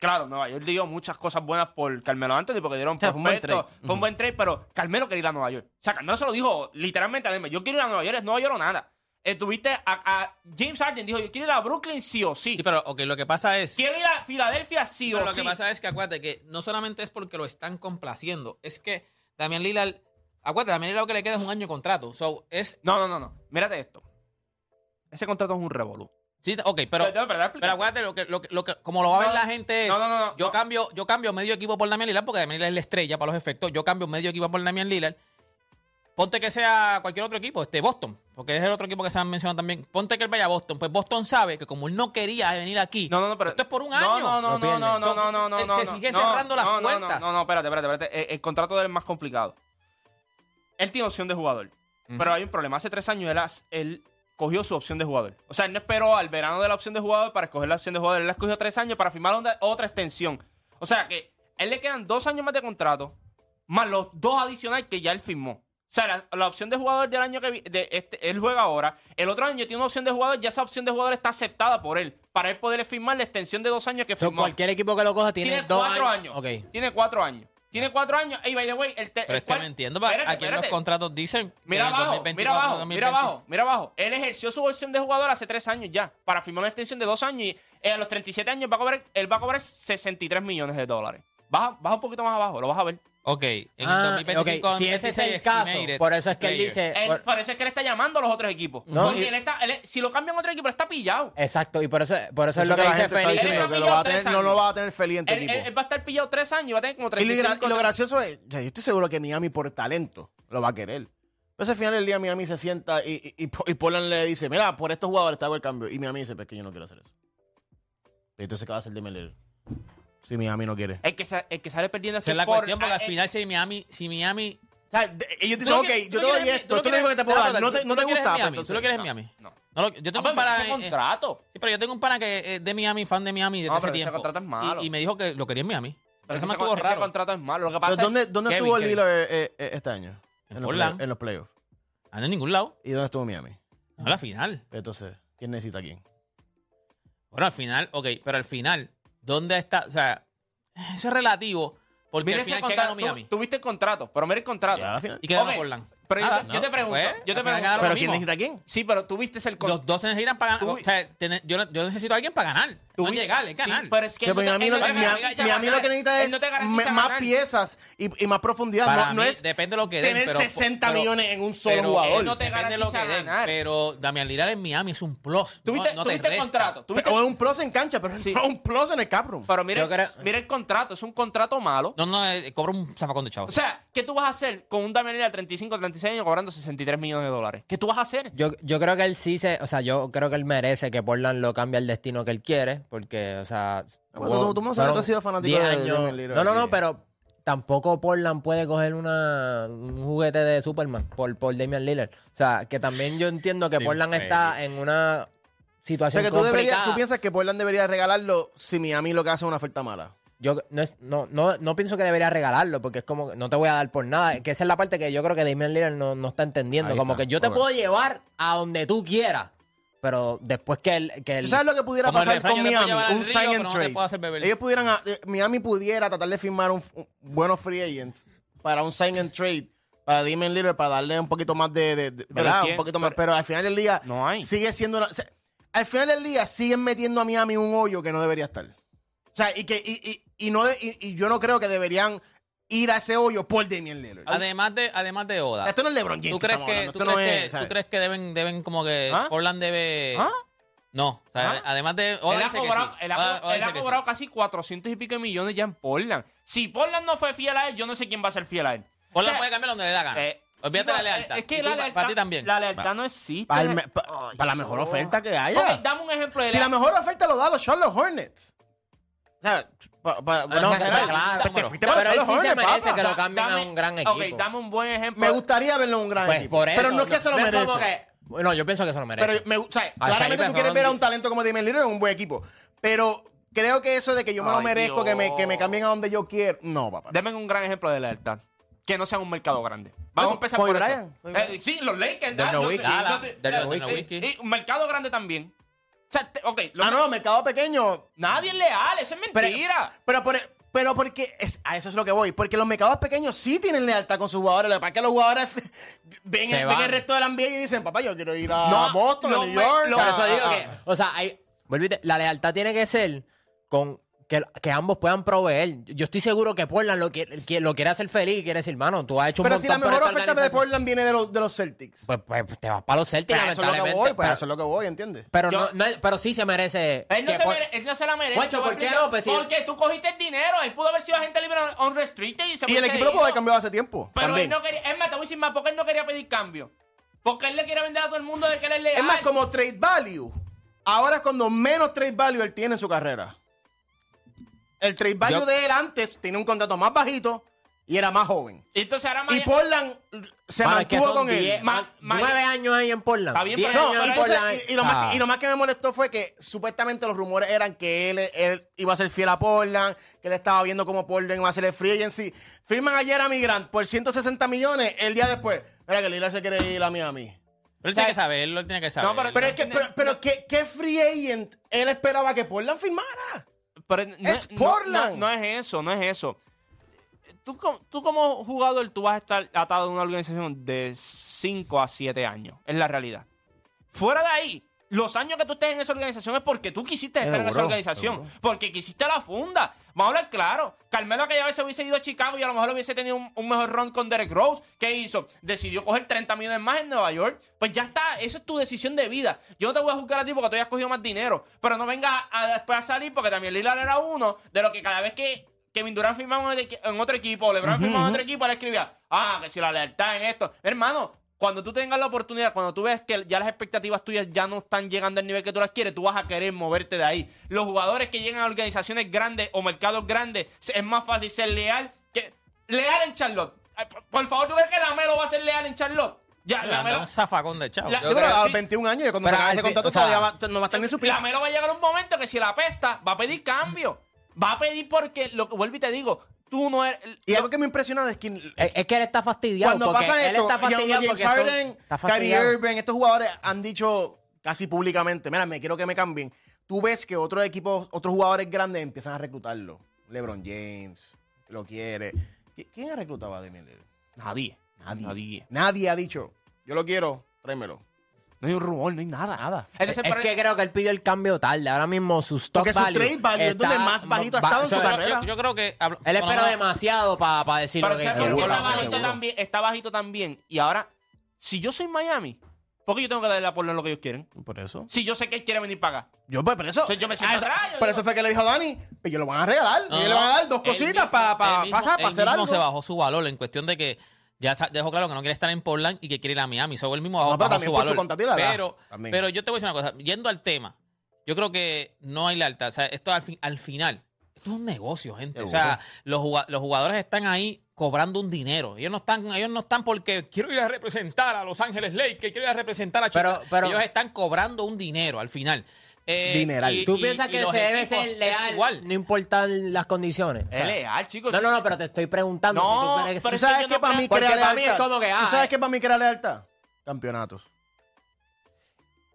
Speaker 3: Claro, Nueva York dio muchas cosas buenas por Carmelo Anthony porque dieron
Speaker 4: sea, fue un buen
Speaker 3: prospectos.
Speaker 4: trade.
Speaker 3: Fue un buen trade, pero Carmelo quería ir a Nueva York. O sea, Carmelo se lo dijo literalmente a Denver. Yo quiero ir a Nueva York, es Nueva York o nada. Estuviste a, a James Harden dijo, yo quiero ir a Brooklyn sí o sí.
Speaker 1: Sí, pero ok, lo que pasa es...
Speaker 3: Quiero ir a Filadelfia sí
Speaker 1: Pero
Speaker 3: o
Speaker 1: lo
Speaker 3: sí.
Speaker 1: que pasa es que acuérdate que no solamente es porque lo están complaciendo, es que Damián Lillard, acuérdate, Damián Lillard lo que le queda es un año de contrato. So, es
Speaker 3: No, no, no, no. Mírate esto. Ese contrato es un revolú.
Speaker 1: sí, ok, pero
Speaker 3: Pero- pero-
Speaker 1: pero acuérdate lo que, lo que- lo que- como lo va a ver
Speaker 3: No,
Speaker 1: la gente es
Speaker 3: no, no, no,
Speaker 1: yo
Speaker 3: no.
Speaker 1: cambio yo cambio medio equipo por Damián Lillard porque Damián Lillard es la estrella para los efectos, yo cambio medio equipo por Damián Lillard. Ponte que sea cualquier otro equipo, este Boston, porque es el otro equipo que se han mencionado también. Ponte que él vaya a Boston, pues Boston sabe que como él no quería venir aquí.
Speaker 3: No, no, no, pero.
Speaker 1: esto es por un
Speaker 3: no,
Speaker 1: año.
Speaker 3: No, no,
Speaker 2: Lo
Speaker 3: no,
Speaker 2: pierden.
Speaker 3: no, no,
Speaker 1: Son-
Speaker 3: no, no, no,
Speaker 1: se
Speaker 3: no,
Speaker 1: sigue
Speaker 3: no,
Speaker 1: cerrando las
Speaker 3: no, no,
Speaker 1: puertas.
Speaker 3: No, no, espérate, espérate, espérate. El, el contrato de él es más complicado. Él tiene opción de jugador. Pero hay un problema. Hace tres años él, as- él cogió su opción de jugador. O sea, él no esperó al verano de la opción de jugador para escoger la opción de jugador. Él la escogió tres años para firmar onda- otra extensión. O sea, que a él le quedan dos años más de contrato, más los dos adicionales que ya él firmó. O sea, la, la opción de jugador del año que vi- de este, él juega ahora, el otro año tiene una opción de jugador, ya esa opción de jugador está aceptada por él, para él poder firmar la extensión de dos años que firmó.
Speaker 2: Cualquier equipo que lo coja tiene,
Speaker 3: Tiene
Speaker 2: dos
Speaker 3: cuatro
Speaker 2: años.
Speaker 3: años. Tiene cuatro años. Tiene cuatro años. Y by the way, el, te-
Speaker 1: Ah. Pero
Speaker 3: el
Speaker 1: es que
Speaker 3: cual-
Speaker 1: no entiendo. pa-
Speaker 3: Espérate,
Speaker 1: aquí en los
Speaker 3: espérate.
Speaker 1: contratos dicen. que
Speaker 3: Mira
Speaker 1: en
Speaker 3: abajo,
Speaker 1: 2024,
Speaker 3: mira abajo, mira
Speaker 1: 2025.
Speaker 3: abajo, mira abajo. Él ejerció su opción de jugador hace tres años ya, para firmar una extensión de dos años y eh, a los 37 años va a cobrar, él va a cobrar 63 millones de dólares. Baja, baja un poquito más abajo, lo vas a ver.
Speaker 1: Ok, en el
Speaker 2: Ah,
Speaker 1: 2025
Speaker 2: ok, si ese es el
Speaker 1: 2026
Speaker 2: caso,
Speaker 1: estimated
Speaker 2: por eso es que él
Speaker 1: player.
Speaker 2: dice- Eh,
Speaker 3: Él-
Speaker 2: por-
Speaker 3: por eso es que él está llamando a los otros equipos.
Speaker 2: No,
Speaker 3: Porque
Speaker 2: y-
Speaker 3: él está- él- si lo cambian a otro equipo, él está pillado.
Speaker 2: Exacto, y por eso, por eso es
Speaker 4: Eso
Speaker 2: lo que
Speaker 4: la
Speaker 2: dice
Speaker 4: gente está
Speaker 2: Félix.
Speaker 4: diciendo
Speaker 3: Él
Speaker 4: que
Speaker 3: está
Speaker 4: lo va a
Speaker 3: pillado tres
Speaker 4: tener- no
Speaker 3: años.
Speaker 4: lo va a tener feliz en tu
Speaker 3: Él,
Speaker 4: equipo.
Speaker 3: él- él va a estar pillado tres años y va a tener como
Speaker 4: Este Y, lo
Speaker 3: 35
Speaker 4: gra- y lo gracioso es, o sea, yo estoy seguro que Miami por talento lo va a querer. Entonces al final del día Miami se sienta y, y, y Po- y Portland le dice, mira, por estos jugadores está el cambio. Y Miami dice, pues que yo no quiero hacer eso. Y entonces ¿qué va a hacer de Miller? Si Miami no quiere.
Speaker 3: El que, sa- el que sale perdiendo
Speaker 1: Esa es
Speaker 3: el
Speaker 1: la
Speaker 3: por-
Speaker 1: cuestión, porque
Speaker 3: ah,
Speaker 1: al
Speaker 3: eh,
Speaker 1: final si Miami, si Miami.
Speaker 4: O sea, de- ellos dicen,
Speaker 1: ¿Tú no
Speaker 4: ok,
Speaker 1: quieres-
Speaker 4: yo
Speaker 1: tú
Speaker 4: te
Speaker 1: no
Speaker 4: doy
Speaker 1: quieres-
Speaker 4: esto,
Speaker 1: tú
Speaker 4: esto es lo único que te puedo
Speaker 1: quieres-
Speaker 4: dar. No te, no te
Speaker 1: tú quieres
Speaker 4: gusta, pues,
Speaker 1: Miami,
Speaker 4: entonces-
Speaker 1: ¿Tú lo quieres
Speaker 3: no,
Speaker 1: Miami?
Speaker 3: No.
Speaker 1: No lo- yo
Speaker 3: Ah,
Speaker 1: tengo
Speaker 3: pero
Speaker 1: un pana.
Speaker 3: ese
Speaker 1: eh, eh,
Speaker 3: contrato.
Speaker 1: sí, pero yo tengo un pana que es de Miami, fan de Miami desde
Speaker 3: No,
Speaker 1: hace
Speaker 3: pero ese
Speaker 1: tiempo.
Speaker 3: contrato es malo.
Speaker 1: Y, y me dijo que lo quería en Miami. Pero eso
Speaker 3: Pero ese,
Speaker 1: me
Speaker 3: con-
Speaker 1: estuvo
Speaker 3: ese
Speaker 1: raro.
Speaker 3: contrato es malo. Lo que
Speaker 4: Pero
Speaker 3: pasa
Speaker 4: ¿Dónde,
Speaker 3: es
Speaker 4: dónde
Speaker 3: Kevin,
Speaker 4: estuvo
Speaker 3: Kevin.
Speaker 4: Lillard eh, eh, este año?
Speaker 1: En
Speaker 4: los
Speaker 1: Portland.
Speaker 4: play- en los playoffs.
Speaker 1: Ah, No en ningún lado.
Speaker 4: ¿Y dónde estuvo Miami?
Speaker 1: No a la final.
Speaker 4: Entonces, ¿quién necesita a quién?
Speaker 1: Bueno, al final, ok, pero al final, ¿dónde está? O sea, eso es relativo. Porque
Speaker 3: Mira
Speaker 1: al
Speaker 3: ese
Speaker 1: final, ¿qué ganó
Speaker 3: contrato.
Speaker 1: Miami?
Speaker 3: Tú, tuviste el contrato, pero mira el contrato.
Speaker 4: Ya, a la final.
Speaker 1: ¿Y qué ganó
Speaker 3: Ok,
Speaker 1: Portland?
Speaker 3: Pero yo
Speaker 1: Nada.
Speaker 3: te, yo te pregunto,
Speaker 1: Pues,
Speaker 3: yo te
Speaker 1: al final
Speaker 3: pregunto.
Speaker 1: ganaron
Speaker 4: ¿Pero
Speaker 1: lo
Speaker 4: quién
Speaker 1: mismo.
Speaker 4: necesita a quién?
Speaker 3: Sí, pero tú viste el
Speaker 1: Los
Speaker 3: contrato.
Speaker 1: dos se necesitan para ganar.
Speaker 3: Tú-
Speaker 1: O sea, tener- yo, no- yo necesito a alguien para ganar. No llegar, es ganar.
Speaker 3: pero es que
Speaker 4: Que
Speaker 3: él no te-
Speaker 4: Miami
Speaker 3: él
Speaker 4: lo-
Speaker 3: no te
Speaker 4: Miami-
Speaker 3: garantiza
Speaker 4: Miami lo
Speaker 3: ganar.
Speaker 4: que necesita
Speaker 3: Él
Speaker 4: es
Speaker 3: no te garantiza
Speaker 4: me- más
Speaker 3: ganar.
Speaker 4: piezas y, y más profundidad.
Speaker 1: Para
Speaker 4: no, no
Speaker 1: mí,
Speaker 4: es
Speaker 1: depende de lo que den,
Speaker 4: tener
Speaker 1: pero-
Speaker 4: 60
Speaker 1: pero-
Speaker 4: millones en un solo
Speaker 1: Pero
Speaker 4: jugador.
Speaker 1: él no te
Speaker 3: Depende
Speaker 1: garantiza
Speaker 3: de lo que den.
Speaker 1: ganar. Pero Damian Lillard en Miami es un plus.
Speaker 3: Tuviste
Speaker 1: no, no
Speaker 3: tuviste
Speaker 1: te
Speaker 3: el
Speaker 1: resta.
Speaker 3: contrato. tuviste-
Speaker 4: O es un plus en cancha, pero
Speaker 3: Sí.
Speaker 4: no es un plus en el Caprum.
Speaker 3: Pero mira,
Speaker 2: Yo creo-
Speaker 3: mira el contrato, es un contrato malo.
Speaker 1: No, no, eh, cobra un zafacón de
Speaker 3: O
Speaker 1: chavos.
Speaker 3: sea, ¿qué tú vas a hacer con un Damian Lillard de 35, 36 años cobrando 63 millones de dólares? ¿Qué tú vas a hacer?
Speaker 2: Yo, yo creo que él sí se, o sea, yo creo que él merece que Portland lo cambie al destino que él quiere, porque, o sea,
Speaker 4: Ah, bueno, tú- tú me sabes que tú has sido fanático
Speaker 2: 10
Speaker 4: de
Speaker 2: años.
Speaker 4: Damian Lillard
Speaker 2: No, no, no,
Speaker 4: aquí.
Speaker 2: pero tampoco Portland puede coger una, un juguete de Superman por, por Damian Lillard. O sea, que también yo entiendo que
Speaker 1: Sí,
Speaker 2: Portland
Speaker 1: feo.
Speaker 2: está en una
Speaker 4: o sea
Speaker 2: situación
Speaker 4: que tú, deberías,
Speaker 2: complicada.
Speaker 4: tú piensas que Portland debería regalarlo si Miami lo que hace es una oferta mala.
Speaker 2: Yo no, es- no, no, no pienso que debería regalarlo, porque es como que no te voy a dar por nada. Que esa es la parte que yo creo que Damian Lillard no, no está entendiendo.
Speaker 4: Ahí
Speaker 2: como
Speaker 4: está,
Speaker 2: que yo te
Speaker 4: ok.
Speaker 2: puedo llevar a donde tú quieras, pero después que él. Que
Speaker 4: ¿Tú
Speaker 2: él-
Speaker 4: sabes lo que pudiera
Speaker 1: Como el
Speaker 4: pasar
Speaker 1: refrán,
Speaker 4: con
Speaker 1: yo te puedo
Speaker 4: Miami?
Speaker 1: llevar al
Speaker 4: Un
Speaker 1: río,
Speaker 4: sign
Speaker 1: pero
Speaker 4: and
Speaker 1: no te
Speaker 4: trade.
Speaker 1: puedo hacer beber.
Speaker 4: Ellos pudieran, eh, Miami pudiera tratar de firmar un, un- buenos free agents para un sign and trade para Damian Lillard para darle un poquito más de, de- de- ¿verdad?
Speaker 3: ¿quién?
Speaker 4: Un poquito más, pero al final del día
Speaker 3: No hay.
Speaker 4: sigue siendo una- o sea, al final del día siguen metiendo a Miami en un hoyo que no debería estar. O sea, y que y, y- y no de- y, y yo no creo que deberían ir a ese hoyo por Damian Lillard.
Speaker 1: Además de, además de Oda.
Speaker 4: esto no es LeBron James.
Speaker 1: ¿Tú
Speaker 4: que
Speaker 1: crees
Speaker 4: estamos
Speaker 1: que,
Speaker 4: hablando,
Speaker 1: tú
Speaker 4: esto no
Speaker 1: crees
Speaker 4: es,
Speaker 1: que,
Speaker 4: ¿sabes?
Speaker 1: tú crees que deben, deben como que
Speaker 3: ¿Ah?
Speaker 1: Portland debe...
Speaker 3: ¿Ah?
Speaker 1: No, o sea,
Speaker 3: ¿Ah?
Speaker 1: además de... Oda
Speaker 3: Él ha
Speaker 1: dice que
Speaker 3: cobrado,
Speaker 1: sí.
Speaker 3: él ha
Speaker 1: Oda-
Speaker 3: co-
Speaker 1: Oda
Speaker 3: él ha
Speaker 1: dice que sí.
Speaker 3: cobrado casi 400 y pico de millones ya en Portland. Si Portland no fue fiel a él, yo no sé quién va a ser fiel a él.
Speaker 1: Portland
Speaker 3: O sea,
Speaker 1: puede cambiar donde le da gana.
Speaker 3: eh,
Speaker 1: Olvídate de la
Speaker 3: chico,
Speaker 1: lealtad.
Speaker 3: eh, Es
Speaker 1: Y
Speaker 3: que
Speaker 1: tú,
Speaker 3: la
Speaker 1: pa-
Speaker 3: lealtad,
Speaker 1: Para ti también.
Speaker 3: La lealtad no existe.
Speaker 4: Para el me- pa- para la mejor oferta que haya.
Speaker 3: Ok, dame un ejemplo de
Speaker 4: Si la
Speaker 3: lealtad.
Speaker 4: mejor oferta lo da los Charlotte Hornets. O sea, pa-
Speaker 2: Ah,
Speaker 4: pa-
Speaker 2: no,
Speaker 4: bueno, en general,
Speaker 2: claro.
Speaker 4: porque fuiste para
Speaker 2: Pero él
Speaker 4: los
Speaker 2: sí se
Speaker 4: Hornets,
Speaker 2: merece
Speaker 4: papá.
Speaker 2: que lo
Speaker 3: Da-
Speaker 2: cambien a un gran equipo.
Speaker 3: Ok, dame un buen ejemplo.
Speaker 4: Me gustaría verlo en un gran
Speaker 2: Pues
Speaker 4: equipo.
Speaker 2: por eso.
Speaker 4: pero no es que se lo
Speaker 2: no es como
Speaker 4: merece.
Speaker 2: que- bueno, yo pienso que se lo merece.
Speaker 4: Pero me, o sea,
Speaker 2: Felipe
Speaker 4: claramente tú quieres
Speaker 2: Solón
Speaker 4: ver a
Speaker 2: di-
Speaker 4: un talento como Damian Lillard en un buen equipo. Pero creo que eso de que yo me lo
Speaker 3: Ay,
Speaker 4: merezco, que me,
Speaker 3: Dios.
Speaker 4: que me cambien a donde yo quiero. No, papá.
Speaker 3: Deme un gran ejemplo de lealtad. Que no sea un mercado grande. Vamos a
Speaker 4: Kobe-
Speaker 3: empezar
Speaker 4: Kobe
Speaker 3: por
Speaker 4: Bryant.
Speaker 3: eso.
Speaker 4: Kobe Bryant.
Speaker 3: Eh, sí, los Lakers.
Speaker 1: Del
Speaker 3: ah,
Speaker 1: Nowitzki.
Speaker 3: yo sé, yo
Speaker 1: Dallas,
Speaker 3: sé,
Speaker 1: del
Speaker 3: eh,
Speaker 1: Nowitzki.
Speaker 3: y- Y un mercado grande también. O sea, te- ok. lo-
Speaker 4: Ah, no, mercado pequeño.
Speaker 3: Nadie es leal, eso es mentira.
Speaker 4: Pero, por- pero porque es- a eso es lo que voy. Porque los mercados pequeños sí tienen lealtad con sus jugadores. Lo que pasa es que los jugadores *laughs* ven,
Speaker 2: Se
Speaker 4: ven
Speaker 2: van.
Speaker 4: el resto del ambiente y dicen, papá, yo quiero ir a
Speaker 3: No,
Speaker 4: Boston,
Speaker 3: lo
Speaker 4: a New
Speaker 3: me-
Speaker 4: York.
Speaker 3: lo-
Speaker 4: a-
Speaker 2: Por eso digo
Speaker 4: a-
Speaker 2: que, o sea, hay, vuelvo y te- la lealtad tiene que ser con que, que ambos puedan proveer. Yo estoy seguro que Portland lo, quiere- que lo quiere hacer feliz y quiere decir, mano, tú has hecho un
Speaker 4: Pero
Speaker 2: montón
Speaker 4: si la
Speaker 2: por
Speaker 4: mejor
Speaker 2: esta
Speaker 4: oferta de
Speaker 2: organización".
Speaker 4: Portland viene de los, de los Celtics.
Speaker 2: Pues, pues, pues, te vas para los Celtics,
Speaker 4: Pues a eso es lo que
Speaker 2: lamentablemente.
Speaker 4: voy, pues a
Speaker 2: pero-
Speaker 4: eso es lo que voy, ¿entiendes?
Speaker 2: pero,
Speaker 3: Yo-
Speaker 2: no, no es- pero sí se merece.
Speaker 3: Él no,
Speaker 2: que
Speaker 3: se
Speaker 2: Por-
Speaker 3: mere- él no se la merece.
Speaker 2: Guacho,
Speaker 3: te voy a
Speaker 2: ¿por qué
Speaker 3: explicar.
Speaker 2: no? Pues si-
Speaker 3: Porque tú cogiste el dinero. Él pudo haber sido agente libre on restricted y se
Speaker 4: Y el
Speaker 3: hubiese
Speaker 4: equipo lo puede
Speaker 3: ido.
Speaker 4: haber cambiado hace tiempo.
Speaker 3: Pero
Speaker 4: también.
Speaker 3: él no quería. Es más, te voy a decir más, porque él no quería pedir cambio. Porque él le quiere vender a todo el mundo de que él es leal.
Speaker 4: Es más, como trade value, ahora es cuando menos trade value él tiene en su carrera. El trade value
Speaker 2: Yo-
Speaker 4: de él antes tiene un contrato más bajito y era más joven.
Speaker 3: Y entonces ahora
Speaker 4: Y
Speaker 3: Miami-
Speaker 4: Portland se
Speaker 2: Mano, es que
Speaker 4: mantuvo
Speaker 2: son
Speaker 4: con
Speaker 2: diez-
Speaker 4: él.
Speaker 2: ma-
Speaker 3: Ma-
Speaker 2: nueve años ahí en Portland.
Speaker 3: Está bien,
Speaker 2: Diez
Speaker 3: pero-
Speaker 4: No,
Speaker 2: años
Speaker 3: Pero
Speaker 2: en
Speaker 4: entonces,
Speaker 2: Portland.
Speaker 4: y, y lo más
Speaker 2: Ah.
Speaker 4: que, y lo más que me molestó fue que supuestamente los rumores eran que él, él iba a ser fiel a Portland, que él estaba viendo cómo Portland iba a ser el free agency. Firman ayer a Migrant por 160 millones, el día después. Mira que Lillard se quiere ir a Miami.
Speaker 1: Pero él tiene que saberlo, él tiene que saberlo.
Speaker 3: pero-
Speaker 4: Pero, es que, pero, pero ¿qué, qué free agent él esperaba que Portland firmara?
Speaker 3: Pero no
Speaker 4: Es Portland.
Speaker 3: No, no es eso, no es eso. Tú, com- tú como jugador, tú vas a estar atado a una organización de 5 a 7 años. Es la realidad. Fuera de ahí, los años que tú estés en esa organización es porque tú quisiste estar en esa
Speaker 4: Seguro,
Speaker 3: organización. Porque quisiste la funda. Vamos a hablar claro. Carmelo aquella vez se hubiese ido a Chicago y a lo mejor hubiese tenido un, un mejor run con Derek Rose. ¿Qué hizo? Decidió coger 30 millones más en Nueva York. Pues ya está. Eso es tu decisión de vida. Yo no te voy a juzgar a ti porque tú hayas cogido más dinero. Pero no vengas a, a después a salir porque también Lillard era uno de lo que cada vez que Kevin Durant firmaba en otro- en otro equipo, o LeBron firmaba en otro equipo, él escribía, ah, que si la lealtad en esto. Hermano, cuando tú tengas la oportunidad, cuando tú ves que ya las expectativas tuyas ya no están llegando al nivel que tú las quieres, tú vas a querer moverte de ahí. Los jugadores que llegan a organizaciones grandes o mercados grandes, se- es más fácil ser leal que... Leal en Charlotte. Ay, por- Por favor, ¿tú crees que Lamelo va a ser leal en Charlotte? Ya,
Speaker 1: Le han dado
Speaker 3: Lamelo...
Speaker 1: un zafacón de chavo.
Speaker 3: La-
Speaker 1: Yo
Speaker 4: Yo creo
Speaker 1: creo-
Speaker 4: a
Speaker 3: sí.
Speaker 4: 21 años y cuando
Speaker 2: Pero
Speaker 4: se acabe ese
Speaker 2: al fin-
Speaker 4: contrato
Speaker 2: o sea,
Speaker 4: todavía va- no va a estar ni su pick.
Speaker 3: Lamelo va a llegar un momento que si la apesta, va a pedir cambio. Va a pedir porque, lo, vuelvo y te digo, tú no eres...
Speaker 4: Y algo que me impresiona es que
Speaker 2: Es, es que él está fastidiado.
Speaker 4: cuando
Speaker 2: porque
Speaker 4: pasa
Speaker 2: él
Speaker 4: esto,
Speaker 2: está
Speaker 4: ya
Speaker 2: fastidiado
Speaker 4: James
Speaker 2: porque son-
Speaker 4: Harden,
Speaker 2: está fastidiado.
Speaker 4: Kyrie Irving, estos jugadores han dicho casi públicamente, mira, me quiero que me cambien. Tú ves que otros equipos, otros jugadores grandes empiezan a reclutarlo. LeBron James lo quiere. ¿Qui- ¿Quién ha reclutado a Damian Lillard?
Speaker 3: Nadie.
Speaker 4: Nadie.
Speaker 3: Nadie.
Speaker 4: Nadie ha dicho, yo lo quiero, tráemelo.
Speaker 3: No hay un rumor, no hay nada.
Speaker 4: Nada.
Speaker 3: Entonces,
Speaker 2: es
Speaker 3: pero-
Speaker 2: que creo que él pidió el cambio tarde. Ahora mismo su stock
Speaker 4: Porque su
Speaker 2: value
Speaker 4: trade value es
Speaker 2: está
Speaker 4: donde más bajito ha
Speaker 2: ba-
Speaker 4: estado en
Speaker 2: o sea,
Speaker 4: su carrera.
Speaker 1: yo, yo creo que... hablo-
Speaker 2: Él
Speaker 1: por lo
Speaker 2: espera
Speaker 1: menos-
Speaker 2: demasiado para decir
Speaker 3: pero
Speaker 2: lo que
Speaker 3: ¿sabes por qué
Speaker 2: Seguro,
Speaker 3: está
Speaker 2: seguro.
Speaker 3: bajito también? Está bajito también. Y ahora, si yo soy Miami, ¿por qué yo tengo que darle a Portland lo que ellos quieren?
Speaker 4: Por eso.
Speaker 3: Si yo sé que él quiere venir para acá.
Speaker 4: Yo, pues, por eso.
Speaker 3: Sí, yo me siento
Speaker 4: Ah, eso-
Speaker 3: atrás, yo
Speaker 4: por
Speaker 3: digo-
Speaker 4: eso fue que le dijo a Dani, pues yo lo van a regalar.
Speaker 1: No,
Speaker 4: y le van a dar dos
Speaker 1: él
Speaker 4: cositas
Speaker 1: mismo-
Speaker 4: para
Speaker 1: él mismo-
Speaker 4: pasar,
Speaker 1: él
Speaker 4: para hacer
Speaker 1: mismo
Speaker 4: algo.
Speaker 1: se bajó su valor en cuestión de que ya sa- dejó claro que no quiere estar en Portland y que quiere ir a Miami. So, él mismo
Speaker 4: No,
Speaker 1: bajó,
Speaker 4: pero
Speaker 1: bajó
Speaker 4: también
Speaker 1: su
Speaker 4: por su
Speaker 1: valor.
Speaker 4: contrato y la edad,
Speaker 1: pero,
Speaker 4: también.
Speaker 1: pero yo te voy a decir una cosa. Yendo al tema, yo creo que no hay lealtad. O sea, esto al, fin- al final, esto es un negocio, gente. O sea, los, juga- los jugadores están ahí cobrando un dinero. Ellos no están ellos no están porque quiero ir a representar a Los Ángeles Lakers, quiero ir a representar a Chicago.
Speaker 2: Pero- pero-
Speaker 1: ellos están cobrando un dinero al final. Eh,
Speaker 4: Dineral.
Speaker 1: y-
Speaker 2: ¿Tú
Speaker 1: y-
Speaker 2: piensas
Speaker 1: y
Speaker 2: que
Speaker 1: los
Speaker 2: se debe
Speaker 1: equipos
Speaker 2: ser
Speaker 1: es
Speaker 2: leal,
Speaker 1: igual.
Speaker 2: no importar las condiciones? O sea,
Speaker 3: Es leal, chicos.
Speaker 2: no, no, no, pero te estoy preguntando.
Speaker 3: No,
Speaker 2: si tú crees que
Speaker 3: pero
Speaker 4: ¿Tú
Speaker 2: sí.
Speaker 3: es que
Speaker 4: sabes
Speaker 3: yo
Speaker 4: qué
Speaker 3: no
Speaker 4: para
Speaker 3: creo-
Speaker 4: mí
Speaker 2: porque
Speaker 4: crea
Speaker 2: para mí es
Speaker 4: lealtad?
Speaker 2: como que, ah,
Speaker 4: ¿Tú sabes
Speaker 2: eh.
Speaker 4: qué para mí crea lealtad? Campeonatos.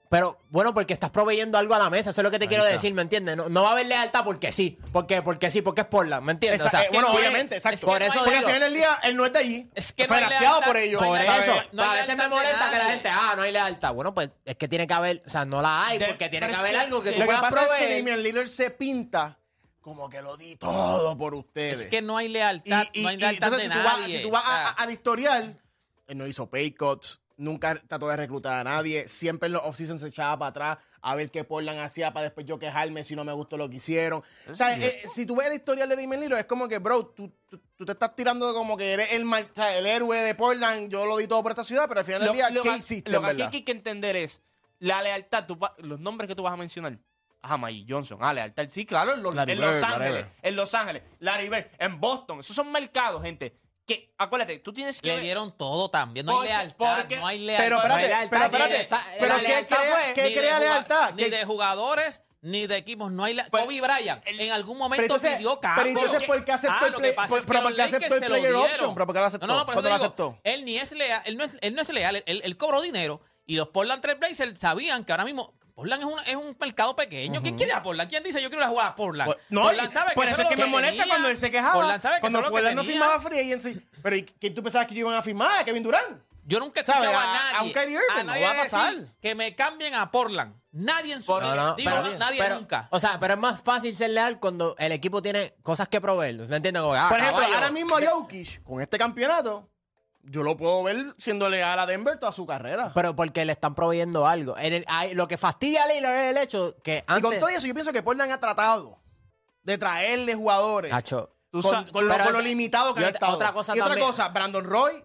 Speaker 2: Pero bueno, porque estás proveyendo algo a la mesa, eso es lo que te quiero decir, ¿me entiendes? No, no va a haber lealtad porque sí, porque, porque sí, porque es por la, ¿me entiendes?
Speaker 4: Esa-
Speaker 2: O sea,
Speaker 4: eh, bueno,
Speaker 2: es que-
Speaker 4: obviamente, exacto.
Speaker 2: por eso
Speaker 4: Porque al
Speaker 2: digo-
Speaker 4: final del día, él no es de allí.
Speaker 1: Es que
Speaker 4: fue
Speaker 1: no hay
Speaker 4: drafteado
Speaker 1: lealtad,
Speaker 4: por ellos.
Speaker 1: no hay
Speaker 2: Por
Speaker 1: lealtad,
Speaker 2: eso,
Speaker 4: ¿sabes?
Speaker 1: no hay
Speaker 2: a veces me
Speaker 1: lealtad de
Speaker 2: molesta que la
Speaker 1: nadie.
Speaker 2: gente, ah, no hay lealtad. Bueno, pues es que tiene que haber, o sea, no la hay,
Speaker 3: De-
Speaker 2: porque tiene
Speaker 3: pero
Speaker 2: que
Speaker 3: es
Speaker 2: haber
Speaker 3: que-
Speaker 2: algo que tú
Speaker 4: Lo que
Speaker 2: puedas
Speaker 4: pasa es que
Speaker 2: proveer.
Speaker 4: Damian Lillard se pinta como que lo di todo por ustedes.
Speaker 1: Es que no hay
Speaker 4: Y-
Speaker 1: lealtad,
Speaker 4: y-
Speaker 1: no hay
Speaker 4: y
Speaker 1: lealtad
Speaker 4: entonces,
Speaker 1: de
Speaker 4: si tú vas,
Speaker 1: nadie. Ah.
Speaker 4: si tú vas
Speaker 1: o sea,
Speaker 4: a- a- al historial, él no hizo pay cuts, nunca trató de reclutar a nadie, siempre en los off-season se echaba para atrás a ver qué Portland hacía para después yo quejarme si no me gustó lo que hicieron. O sea, eh, si tú ves el historial de Damian Lillard, es como que, bro, tú, tú, tú te estás tirando como que eres el, mal- o sea, el héroe de Portland, yo lo di todo por esta ciudad, pero al final del día, ¿qué
Speaker 3: que-
Speaker 4: hiciste,
Speaker 3: lo
Speaker 4: en
Speaker 3: que aquí
Speaker 4: verdad?
Speaker 3: hay que entender es la lealtad, tú va- los nombres que tú vas a mencionar. Ah, Magic Johnson, ah, lealtad. Sí, claro, en, los-
Speaker 4: Larry
Speaker 3: en Los
Speaker 4: Bird,
Speaker 3: Ángeles,
Speaker 4: whatever.
Speaker 3: en Los Ángeles, Larry Bird, en Boston. Esos son mercados, gente. Que, acuérdate, tú tienes que.
Speaker 1: le
Speaker 3: ver-
Speaker 1: dieron todo también. No
Speaker 3: Porque-
Speaker 1: hay lealtad,
Speaker 3: porque-
Speaker 1: no hay lealtad.
Speaker 4: Pero
Speaker 1: no hay
Speaker 4: espérate,
Speaker 1: lealtad,
Speaker 4: pero
Speaker 2: que-
Speaker 4: espérate,
Speaker 2: esa-
Speaker 4: pero
Speaker 2: la
Speaker 4: ¿qué
Speaker 2: lealtad
Speaker 4: crea,
Speaker 2: fue
Speaker 4: qué
Speaker 1: ni de
Speaker 4: crea
Speaker 1: juga-
Speaker 4: lealtad?
Speaker 1: Ni
Speaker 4: ¿Qué-
Speaker 1: de jugadores, ni de equipos. No hay la-
Speaker 3: Pero-
Speaker 1: Kobe Bryant
Speaker 3: el-
Speaker 1: en algún
Speaker 4: Pero
Speaker 1: momento
Speaker 4: entonces,
Speaker 1: pidió
Speaker 4: pero
Speaker 1: cambio.
Speaker 4: entonces, ¿por qué aceptó
Speaker 1: Ah,
Speaker 4: el
Speaker 1: lo
Speaker 4: play-
Speaker 1: que pasa
Speaker 4: por-
Speaker 1: es que
Speaker 4: pero
Speaker 1: los
Speaker 4: ¿por qué aceptó
Speaker 1: Lakers
Speaker 4: el
Speaker 1: se lo
Speaker 4: player
Speaker 1: dieron.
Speaker 4: option? ¿Pero por qué lo aceptó?
Speaker 1: No, no, por eso
Speaker 4: ¿Cuándo
Speaker 1: te
Speaker 4: lo
Speaker 1: digo,
Speaker 4: aceptó?
Speaker 1: Él ni es leal, él no es, él no es leal, él, él cobró dinero y los Portland Trail Blazers sabían que ahora mismo Portland es, una- es un mercado pequeño. ¿Quién quiere ir a Portland? ¿Quién dice yo quiero ir a jugar a Portland?
Speaker 4: Pues, no,
Speaker 1: Portland
Speaker 4: y-
Speaker 1: sabe
Speaker 4: por
Speaker 1: eso
Speaker 4: eso es
Speaker 1: lo
Speaker 4: que me molesta
Speaker 1: tenía.
Speaker 4: cuando él se quejaba.
Speaker 1: Portland sabe que
Speaker 4: cuando
Speaker 1: eso es lo que
Speaker 4: Portland no
Speaker 1: tenía.
Speaker 4: firmaba free agency. Pero ¿y quién tú pensabas que iban a firmar? ¿A Kevin Durant?
Speaker 1: Yo nunca he
Speaker 4: ¿Sabe?
Speaker 1: escuchado a,
Speaker 4: A-
Speaker 1: nadie.
Speaker 4: a un Kyrie Irving, no
Speaker 1: nadie
Speaker 4: va a
Speaker 1: decir
Speaker 4: pasar.
Speaker 1: Que me cambien a Portland. Nadie en su
Speaker 2: No, no,
Speaker 1: Digo,
Speaker 2: pero-
Speaker 1: no, nadie
Speaker 2: pero-
Speaker 1: nunca.
Speaker 2: O sea, pero es más fácil ser leal cuando el equipo tiene cosas que proveer. ¿Me entiendes? Como que, ah,
Speaker 4: Por ejemplo,
Speaker 2: caballo.
Speaker 4: ahora mismo Jokic, con este campeonato, yo lo puedo ver siendo leal a Denver toda su carrera.
Speaker 2: Pero porque le están proveyendo algo. En el- ahí- lo que fastidia a Lillard es el hecho que
Speaker 4: y
Speaker 2: antes...
Speaker 4: con todo eso, yo pienso que Portland ha tratado de traerle jugadores
Speaker 2: Nacho,
Speaker 4: con,
Speaker 2: sa-
Speaker 4: con lo,
Speaker 2: pero
Speaker 4: con lo
Speaker 2: es-
Speaker 4: limitado que
Speaker 2: y
Speaker 4: han
Speaker 2: otra-
Speaker 4: estado.
Speaker 2: otra cosa
Speaker 4: y otra
Speaker 2: también-
Speaker 4: cosa, Brandon Roy, o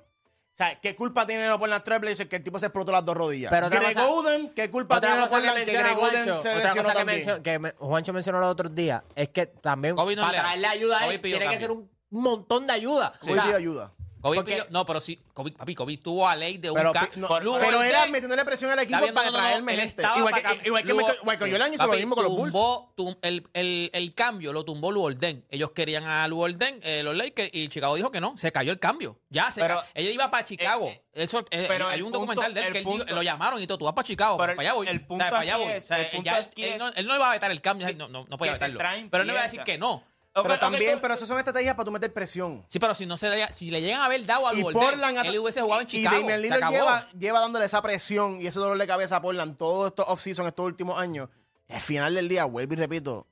Speaker 4: sea, ¿qué culpa tiene los Portland Trailblazers que el tipo se explotó las dos rodillas?
Speaker 2: Pero otra
Speaker 4: Greg
Speaker 2: cosa-
Speaker 4: Oden, ¿qué culpa
Speaker 2: otra
Speaker 4: tiene los
Speaker 2: cosa que
Speaker 4: Portland que
Speaker 2: menciona
Speaker 4: Greg
Speaker 2: Juancho,
Speaker 4: Oden se
Speaker 2: otra
Speaker 4: lesionó
Speaker 2: cosa que,
Speaker 4: también?
Speaker 2: mencio- que me- Juancho mencionó los otros días es que también
Speaker 1: Kobe no
Speaker 2: para
Speaker 1: le da.
Speaker 2: traerle ayuda a
Speaker 1: Kobe
Speaker 2: él
Speaker 1: pidió
Speaker 2: tiene que
Speaker 1: cambio.
Speaker 2: ser un un montón de ayuda.
Speaker 4: Kobe pidió ayuda.
Speaker 1: Kobe
Speaker 4: Porque-
Speaker 1: pidió- no, pero sí, Kobe, papi, Kobe tuvo a ley de un
Speaker 4: Pero,
Speaker 1: ca-
Speaker 4: pi- no,
Speaker 1: Lugo
Speaker 4: pero
Speaker 1: Deng-
Speaker 4: era metiéndole presión al equipo
Speaker 1: Está bien,
Speaker 4: para
Speaker 1: no, no, no,
Speaker 4: traerme
Speaker 1: él
Speaker 4: gente.
Speaker 1: estaba
Speaker 4: Igual
Speaker 1: para
Speaker 4: que,
Speaker 1: acá.
Speaker 4: igual que
Speaker 1: Lugo-
Speaker 4: Michael- Michael Jordan hizo lo
Speaker 1: Papi,
Speaker 4: mismo con los Bulls.
Speaker 1: tumbó- tum- el, el- el cambio lo tumbó Luolden. Ellos querían a Luolden, eh, los Lakers, y Chicago dijo que no. Se cayó el cambio. Ya, se
Speaker 3: Pero-
Speaker 1: ca- Ella iba para Chicago.
Speaker 3: eh,
Speaker 1: Eso, eh,
Speaker 3: pero
Speaker 1: hay
Speaker 3: el
Speaker 1: un
Speaker 3: punto-
Speaker 1: documental de él
Speaker 3: el
Speaker 1: que él dijo-
Speaker 3: punto-
Speaker 1: lo llamaron y todo. Tú vas para Chicago.
Speaker 3: Pero el-
Speaker 1: para allá voy.
Speaker 3: el
Speaker 1: O sea,
Speaker 3: punto
Speaker 1: para allá
Speaker 3: aquí
Speaker 1: voy.
Speaker 3: es-
Speaker 1: O sea,
Speaker 3: el punto
Speaker 1: ya él-
Speaker 3: aquí
Speaker 1: él
Speaker 3: es-
Speaker 1: no- Él no iba a vetar el cambio. No, no, no podía
Speaker 3: que te
Speaker 1: vetarlo.
Speaker 3: traen
Speaker 1: Pero él no iba a decir
Speaker 3: piezas.
Speaker 1: que no.
Speaker 3: Ok,
Speaker 4: Pero
Speaker 3: ok,
Speaker 4: también,
Speaker 3: tú-
Speaker 4: pero eso son estrategias para tú meter presión.
Speaker 1: Sí, pero si no se le- si le llegan a haber dado a
Speaker 4: Y
Speaker 1: Luolden,
Speaker 4: Portland ha-
Speaker 1: él hubiese jugado en
Speaker 4: y-
Speaker 1: Chicago.
Speaker 4: Y Damian
Speaker 1: Se
Speaker 4: Lillard
Speaker 1: acabó.
Speaker 4: lleva, lleva dándole esa presión y ese dolor de cabeza a Portland todos estos off-season, estos últimos años. Al final del día, vuelvo y repito,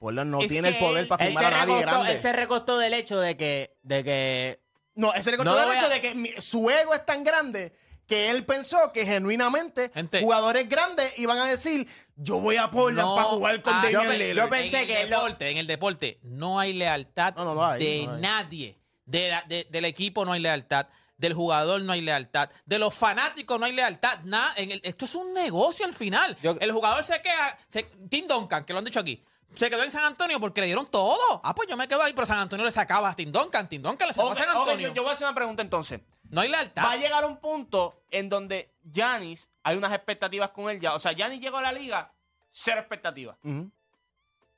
Speaker 4: Portland no
Speaker 3: Es
Speaker 4: tiene el
Speaker 3: que
Speaker 4: poder
Speaker 3: él-
Speaker 4: para
Speaker 2: Él
Speaker 4: firmar
Speaker 2: se,
Speaker 4: a nadie
Speaker 2: recostó,
Speaker 4: grande.
Speaker 2: él se recostó del hecho de que, de que
Speaker 4: No, ese
Speaker 2: No
Speaker 4: recostó
Speaker 2: lo
Speaker 4: el hecho
Speaker 2: vea.
Speaker 4: de que mi- su ego es tan grande que él pensó que genuinamente
Speaker 1: Gente.
Speaker 4: jugadores grandes iban a decir, yo voy a Portland
Speaker 1: No,
Speaker 4: para jugar con
Speaker 1: ah,
Speaker 4: Damian
Speaker 1: yo pe-
Speaker 4: Lillard.
Speaker 2: yo pensé
Speaker 1: en
Speaker 2: que
Speaker 1: el
Speaker 2: lo-
Speaker 1: deporte, en el deporte no hay lealtad
Speaker 4: No, no, no hay,
Speaker 1: de
Speaker 4: no hay.
Speaker 1: nadie. De la- de- del equipo no hay lealtad. Del jugador no hay lealtad. De los fanáticos no hay lealtad. Nada, en el- esto es un negocio al final.
Speaker 3: Yo-
Speaker 1: el jugador se queda. Se, Tim Duncan, que lo han dicho aquí. Se quedó en San Antonio porque le dieron todo. Ah, pues yo me quedo ahí, pero San Antonio le sacaba a Tim Duncan. Tim Duncan le sacaba
Speaker 3: Ok,
Speaker 1: a San
Speaker 3: ok,
Speaker 1: Antonio.
Speaker 3: yo, yo voy a hacer una pregunta entonces.
Speaker 1: no hay lealtad.
Speaker 3: Va a llegar un punto en donde Yanis, hay unas expectativas con él ya. O sea, Yanis llegó a la liga, cero expectativas.
Speaker 4: Ujú.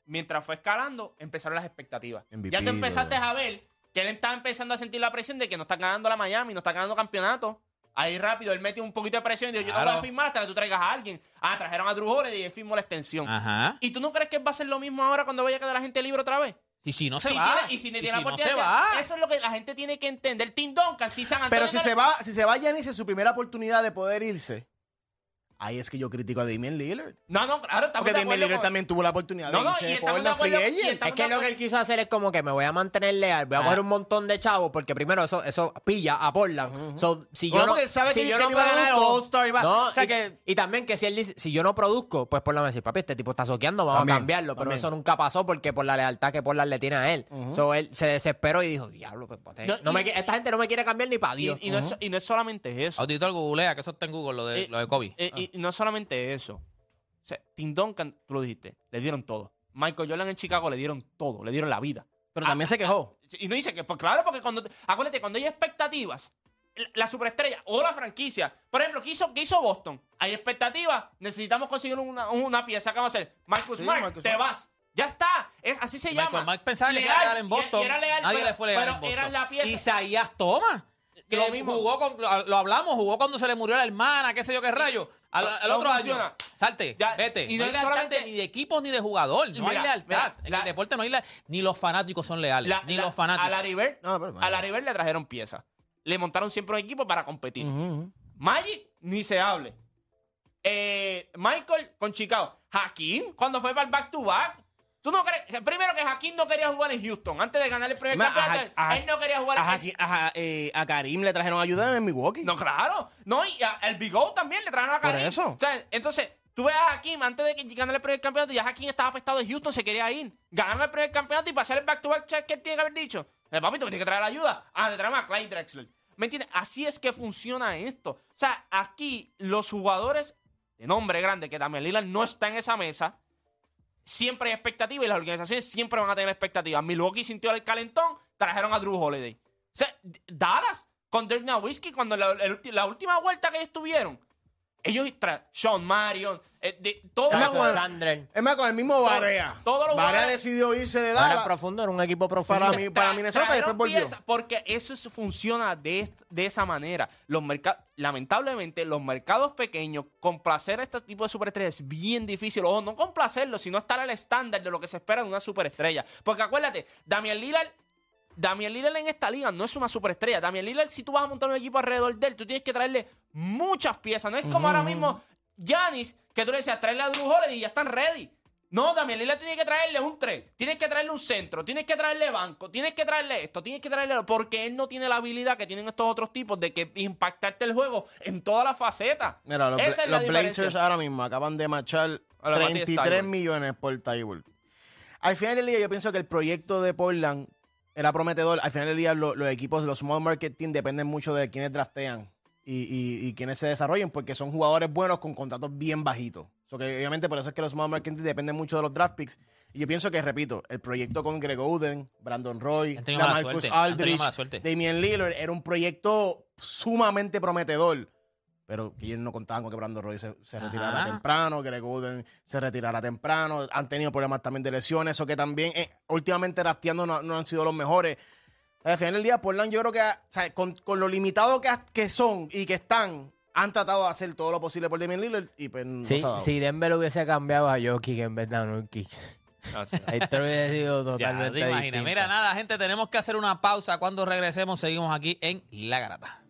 Speaker 3: Mientras fue escalando, empezaron las expectativas.
Speaker 4: MVP,
Speaker 3: ya tú empezaste
Speaker 4: bro.
Speaker 3: a ver que él estaba empezando a sentir la presión de que no está ganando la Miami, no está ganando campeonato. Ahí rápido, él metió un poquito de presión y dijo, yo no
Speaker 1: Claro.
Speaker 3: voy a firmar hasta que tú traigas a alguien. Ah, trajeron a Drew Holiday y él firmó la extensión.
Speaker 1: Ajá.
Speaker 3: ¿Y tú no crees que va a ser lo mismo ahora cuando vaya a quedar la gente libre otra vez?
Speaker 1: Y si no se
Speaker 3: Si
Speaker 1: va.
Speaker 3: tiene- y si, tiene la
Speaker 1: no
Speaker 3: oportunidad
Speaker 1: se
Speaker 3: de
Speaker 1: va.
Speaker 3: hacer- Eso es lo que la gente tiene que entender. Tim Duncan, si San Antonio
Speaker 4: Pero si
Speaker 3: no le-
Speaker 4: se va, si se va Giannis en su primera oportunidad de poder irse, ahí es que yo critico a Damian Lillard.
Speaker 3: No, no, claro, estamos de
Speaker 4: Porque Damian
Speaker 3: acuerdo
Speaker 4: Lillard
Speaker 3: con-
Speaker 4: también tuvo la oportunidad
Speaker 3: No,
Speaker 4: de
Speaker 3: no,
Speaker 4: irse
Speaker 3: y
Speaker 4: de
Speaker 3: estamos
Speaker 4: Portland
Speaker 3: de
Speaker 4: Free
Speaker 3: acuerdo, y
Speaker 4: Agent.
Speaker 3: estamos-
Speaker 2: Es que lo que él quiso hacer es como que me voy a mantener leal, voy a
Speaker 1: Ah.
Speaker 2: coger un montón de chavos porque primero eso, eso pilla a Portland. So, si
Speaker 4: No,
Speaker 2: yo no,
Speaker 4: porque sabe
Speaker 2: si
Speaker 4: que
Speaker 2: yo
Speaker 4: él
Speaker 2: no
Speaker 4: iba a ganar el
Speaker 2: produzco-
Speaker 4: All-Star, iba-
Speaker 2: No,
Speaker 4: o sea
Speaker 2: y,
Speaker 4: que-
Speaker 2: y también que si él dice, si yo no produzco, pues Portland va a decir, papi, este tipo está soqueando, vamos
Speaker 4: También,
Speaker 2: a cambiarlo. Pero
Speaker 4: también.
Speaker 2: eso nunca pasó porque por la lealtad que Portland le tiene a él. So él se desesperó y dijo, diablo, pues, pues,
Speaker 3: No,
Speaker 2: no me
Speaker 3: y-
Speaker 2: qui- esta gente no me quiere cambiar ni para Dios.
Speaker 3: Y, y no es, y no es solamente eso.
Speaker 1: Auditor, googlea, que eso está en Google, lo de,
Speaker 3: Eh,
Speaker 1: lo de Kobe.
Speaker 3: eh, Y, y no es solamente eso. O sea, Tim Duncan, tú lo dijiste, le dieron todo. Michael Jordan en Chicago le dieron todo, le dieron la vida. Ah,
Speaker 4: Pero también se quejó.
Speaker 3: Y no dice que, pues claro, porque cuando, acuérdate, cuando hay expectativas, la- la superestrella o la franquicia, por ejemplo, ¿qué hizo, qué hizo Boston? Hay expectativas, necesitamos conseguir una, una pieza, ¿qué vamos a hacer? Marcus
Speaker 4: Sí,
Speaker 3: Smart,
Speaker 4: Marcus
Speaker 3: te
Speaker 4: Smart.
Speaker 3: vas. Ya está, es, así se
Speaker 1: Michael
Speaker 3: llama.
Speaker 1: Mack pensaba que se iba a
Speaker 3: Leal,
Speaker 1: quedar en Boston.
Speaker 3: y era leal,
Speaker 1: Nadie
Speaker 3: pero,
Speaker 1: le fue leal
Speaker 3: pero
Speaker 1: en Boston.
Speaker 3: era la pieza.
Speaker 1: Isaías Thomas. Que
Speaker 3: Lo mismo.
Speaker 1: jugó con, lo, lo hablamos, jugó cuando se le murió la hermana, qué sé yo qué rayo. Al, al
Speaker 3: No
Speaker 1: otro año.
Speaker 3: funciona.
Speaker 1: Salte,
Speaker 3: Ya,
Speaker 1: vete.
Speaker 3: y
Speaker 1: no
Speaker 3: no
Speaker 1: hay
Speaker 3: es
Speaker 1: lealtad
Speaker 3: solamente-
Speaker 1: de- ni de equipo ni de jugador. No
Speaker 3: Mira,
Speaker 1: hay lealtad.
Speaker 3: mira,
Speaker 1: en
Speaker 3: la-
Speaker 1: el deporte no hay lealtad. Ni los fanáticos son leales.
Speaker 3: La-
Speaker 1: ni
Speaker 3: la-
Speaker 1: los fanáticos.
Speaker 3: A Larry Bird,
Speaker 4: No, pero-
Speaker 3: a Larry Bird le trajeron piezas. Le montaron siempre un equipo para competir. Magic, ni se hable. Eh, Michael con Chicago. Hakim, cuando fue para el back-to-back. ¿Tú no crees? Primero que Hakim no quería jugar en Houston. Antes de ganar el primer
Speaker 4: Ma,
Speaker 3: campeonato,
Speaker 4: a- a-
Speaker 3: él no quería jugar
Speaker 4: A,
Speaker 3: en
Speaker 4: Haki- a Ja- eh, a Karim le trajeron ayuda en
Speaker 3: *laughs*
Speaker 4: Milwaukee.
Speaker 3: No, claro. No, y a- al Big O también le trajeron a
Speaker 4: Por
Speaker 3: Karim.
Speaker 4: eso.
Speaker 3: O sea, entonces, tú ves a Hakim antes de que ganara el primer campeonato, ya Hakim estaba apestado de Houston, se quería ir. Ganaron el primer campeonato y pasar el back-to-back, ¿sabes qué tiene que haber dicho? El papito me tiene que traer ayuda. Ah, le traemos a Clyde Drexler. ¿Me entiendes? Así es que funciona esto. O sea, aquí los jugadores de nombre grande, que también Lillard no está en esa mesa, siempre hay expectativas y las organizaciones siempre van a tener expectativas. Milwaukee sintió el calentón, trajeron a Drew Holiday. O sea, D- Dallas con Dirk Nowitzki cuando la, el ulti- la última vuelta que ellos tuvieron, ellos trajeron Sean Marion, eh, de- todos
Speaker 4: Es más,
Speaker 3: esos-
Speaker 4: cuando-
Speaker 2: Sandler.
Speaker 4: Es más, con el mismo Barea.
Speaker 3: todos los
Speaker 4: Barea
Speaker 3: jugadores-
Speaker 4: decidió irse de
Speaker 2: Era
Speaker 4: Dallas
Speaker 2: profundo, era un equipo profundo.
Speaker 4: para, mi- para
Speaker 3: Tra-
Speaker 4: Minnesota y después
Speaker 3: trajeron
Speaker 4: volvió.
Speaker 3: piezas, porque eso es- funciona de, est- de esa manera. Los merca- lamentablemente, los mercados pequeños, complacer a este tipo de superestrellas es bien difícil. Ojo, no complacerlo, sino estar al estándar de lo que se espera de una superestrella. Porque acuérdate, Damian Lillard. Damian Lillard en esta liga no es una superestrella. Damian Lillard, si tú vas a montar un equipo alrededor de él, tú tienes que traerle muchas piezas. No es como ahora mismo Giannis, que tú le decías, traerle a Drew Holiday y ya están ready. No, Damian Lillard tiene que traerle un 3, tienes que traerle un centro, tienes que traerle banco, tienes que traerle esto, tienes que traerle lo- porque él no tiene la habilidad que tienen estos otros tipos de que impactarte el juego en todas las facetas.
Speaker 4: Mira, los,
Speaker 3: Esa
Speaker 4: Bla-
Speaker 3: es la
Speaker 4: los
Speaker 3: diferencia.
Speaker 4: Blazers ahora mismo acaban de marchar
Speaker 3: A la Matías
Speaker 4: 33
Speaker 3: Tybalt.
Speaker 4: millones por Tybalt. Al final del día, yo pienso que el proyecto de Portland era prometedor. Al final del día, lo- los equipos, los small market team dependen mucho de quienes draftean y, y, y quienes se desarrollen, porque son jugadores buenos con contratos bien bajitos. So que, obviamente por eso es que los small market entities dependen mucho de los draft picks. Y yo pienso que, repito, el proyecto con Greg Oden, Brandon Roy,
Speaker 1: Han tenido Este mala
Speaker 4: Marcus
Speaker 1: suerte, han tenido
Speaker 4: Aldridge,
Speaker 1: mala suerte.
Speaker 4: Damian Lillard, era un proyecto sumamente prometedor. Pero que ellos no contaban con que Brandon Roy se, se retirara
Speaker 1: Ajá.
Speaker 4: temprano, Greg Oden se retirara temprano. Han tenido problemas también de lesiones, o que también eh, últimamente drafteando no, no han sido los mejores. Al final del día, Portland, yo creo que o sea, con, con lo limitado que, ha- que son y que están, han tratado de hacer todo lo posible por Damian Lillard y pues no
Speaker 2: Sí,
Speaker 4: se ha dado.
Speaker 2: si Denver hubiese cambiado a Jokic en vez de a *laughs* Nurkic,
Speaker 1: Ah,
Speaker 3: No, sí.
Speaker 2: ahí te hubiese sido
Speaker 1: Ya,
Speaker 2: totalmente
Speaker 1: te imaginas.
Speaker 2: distinto.
Speaker 1: Mira, nada, gente, tenemos que hacer una pausa. Cuando regresemos, seguimos aquí en La Garata.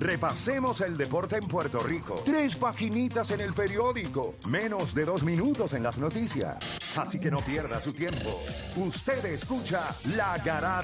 Speaker 8: Repasemos el deporte en Puerto Rico. Tres paginitas en el periódico, menos de dos minutos en las noticias. Así que no pierda su tiempo. Usted escucha La Garata.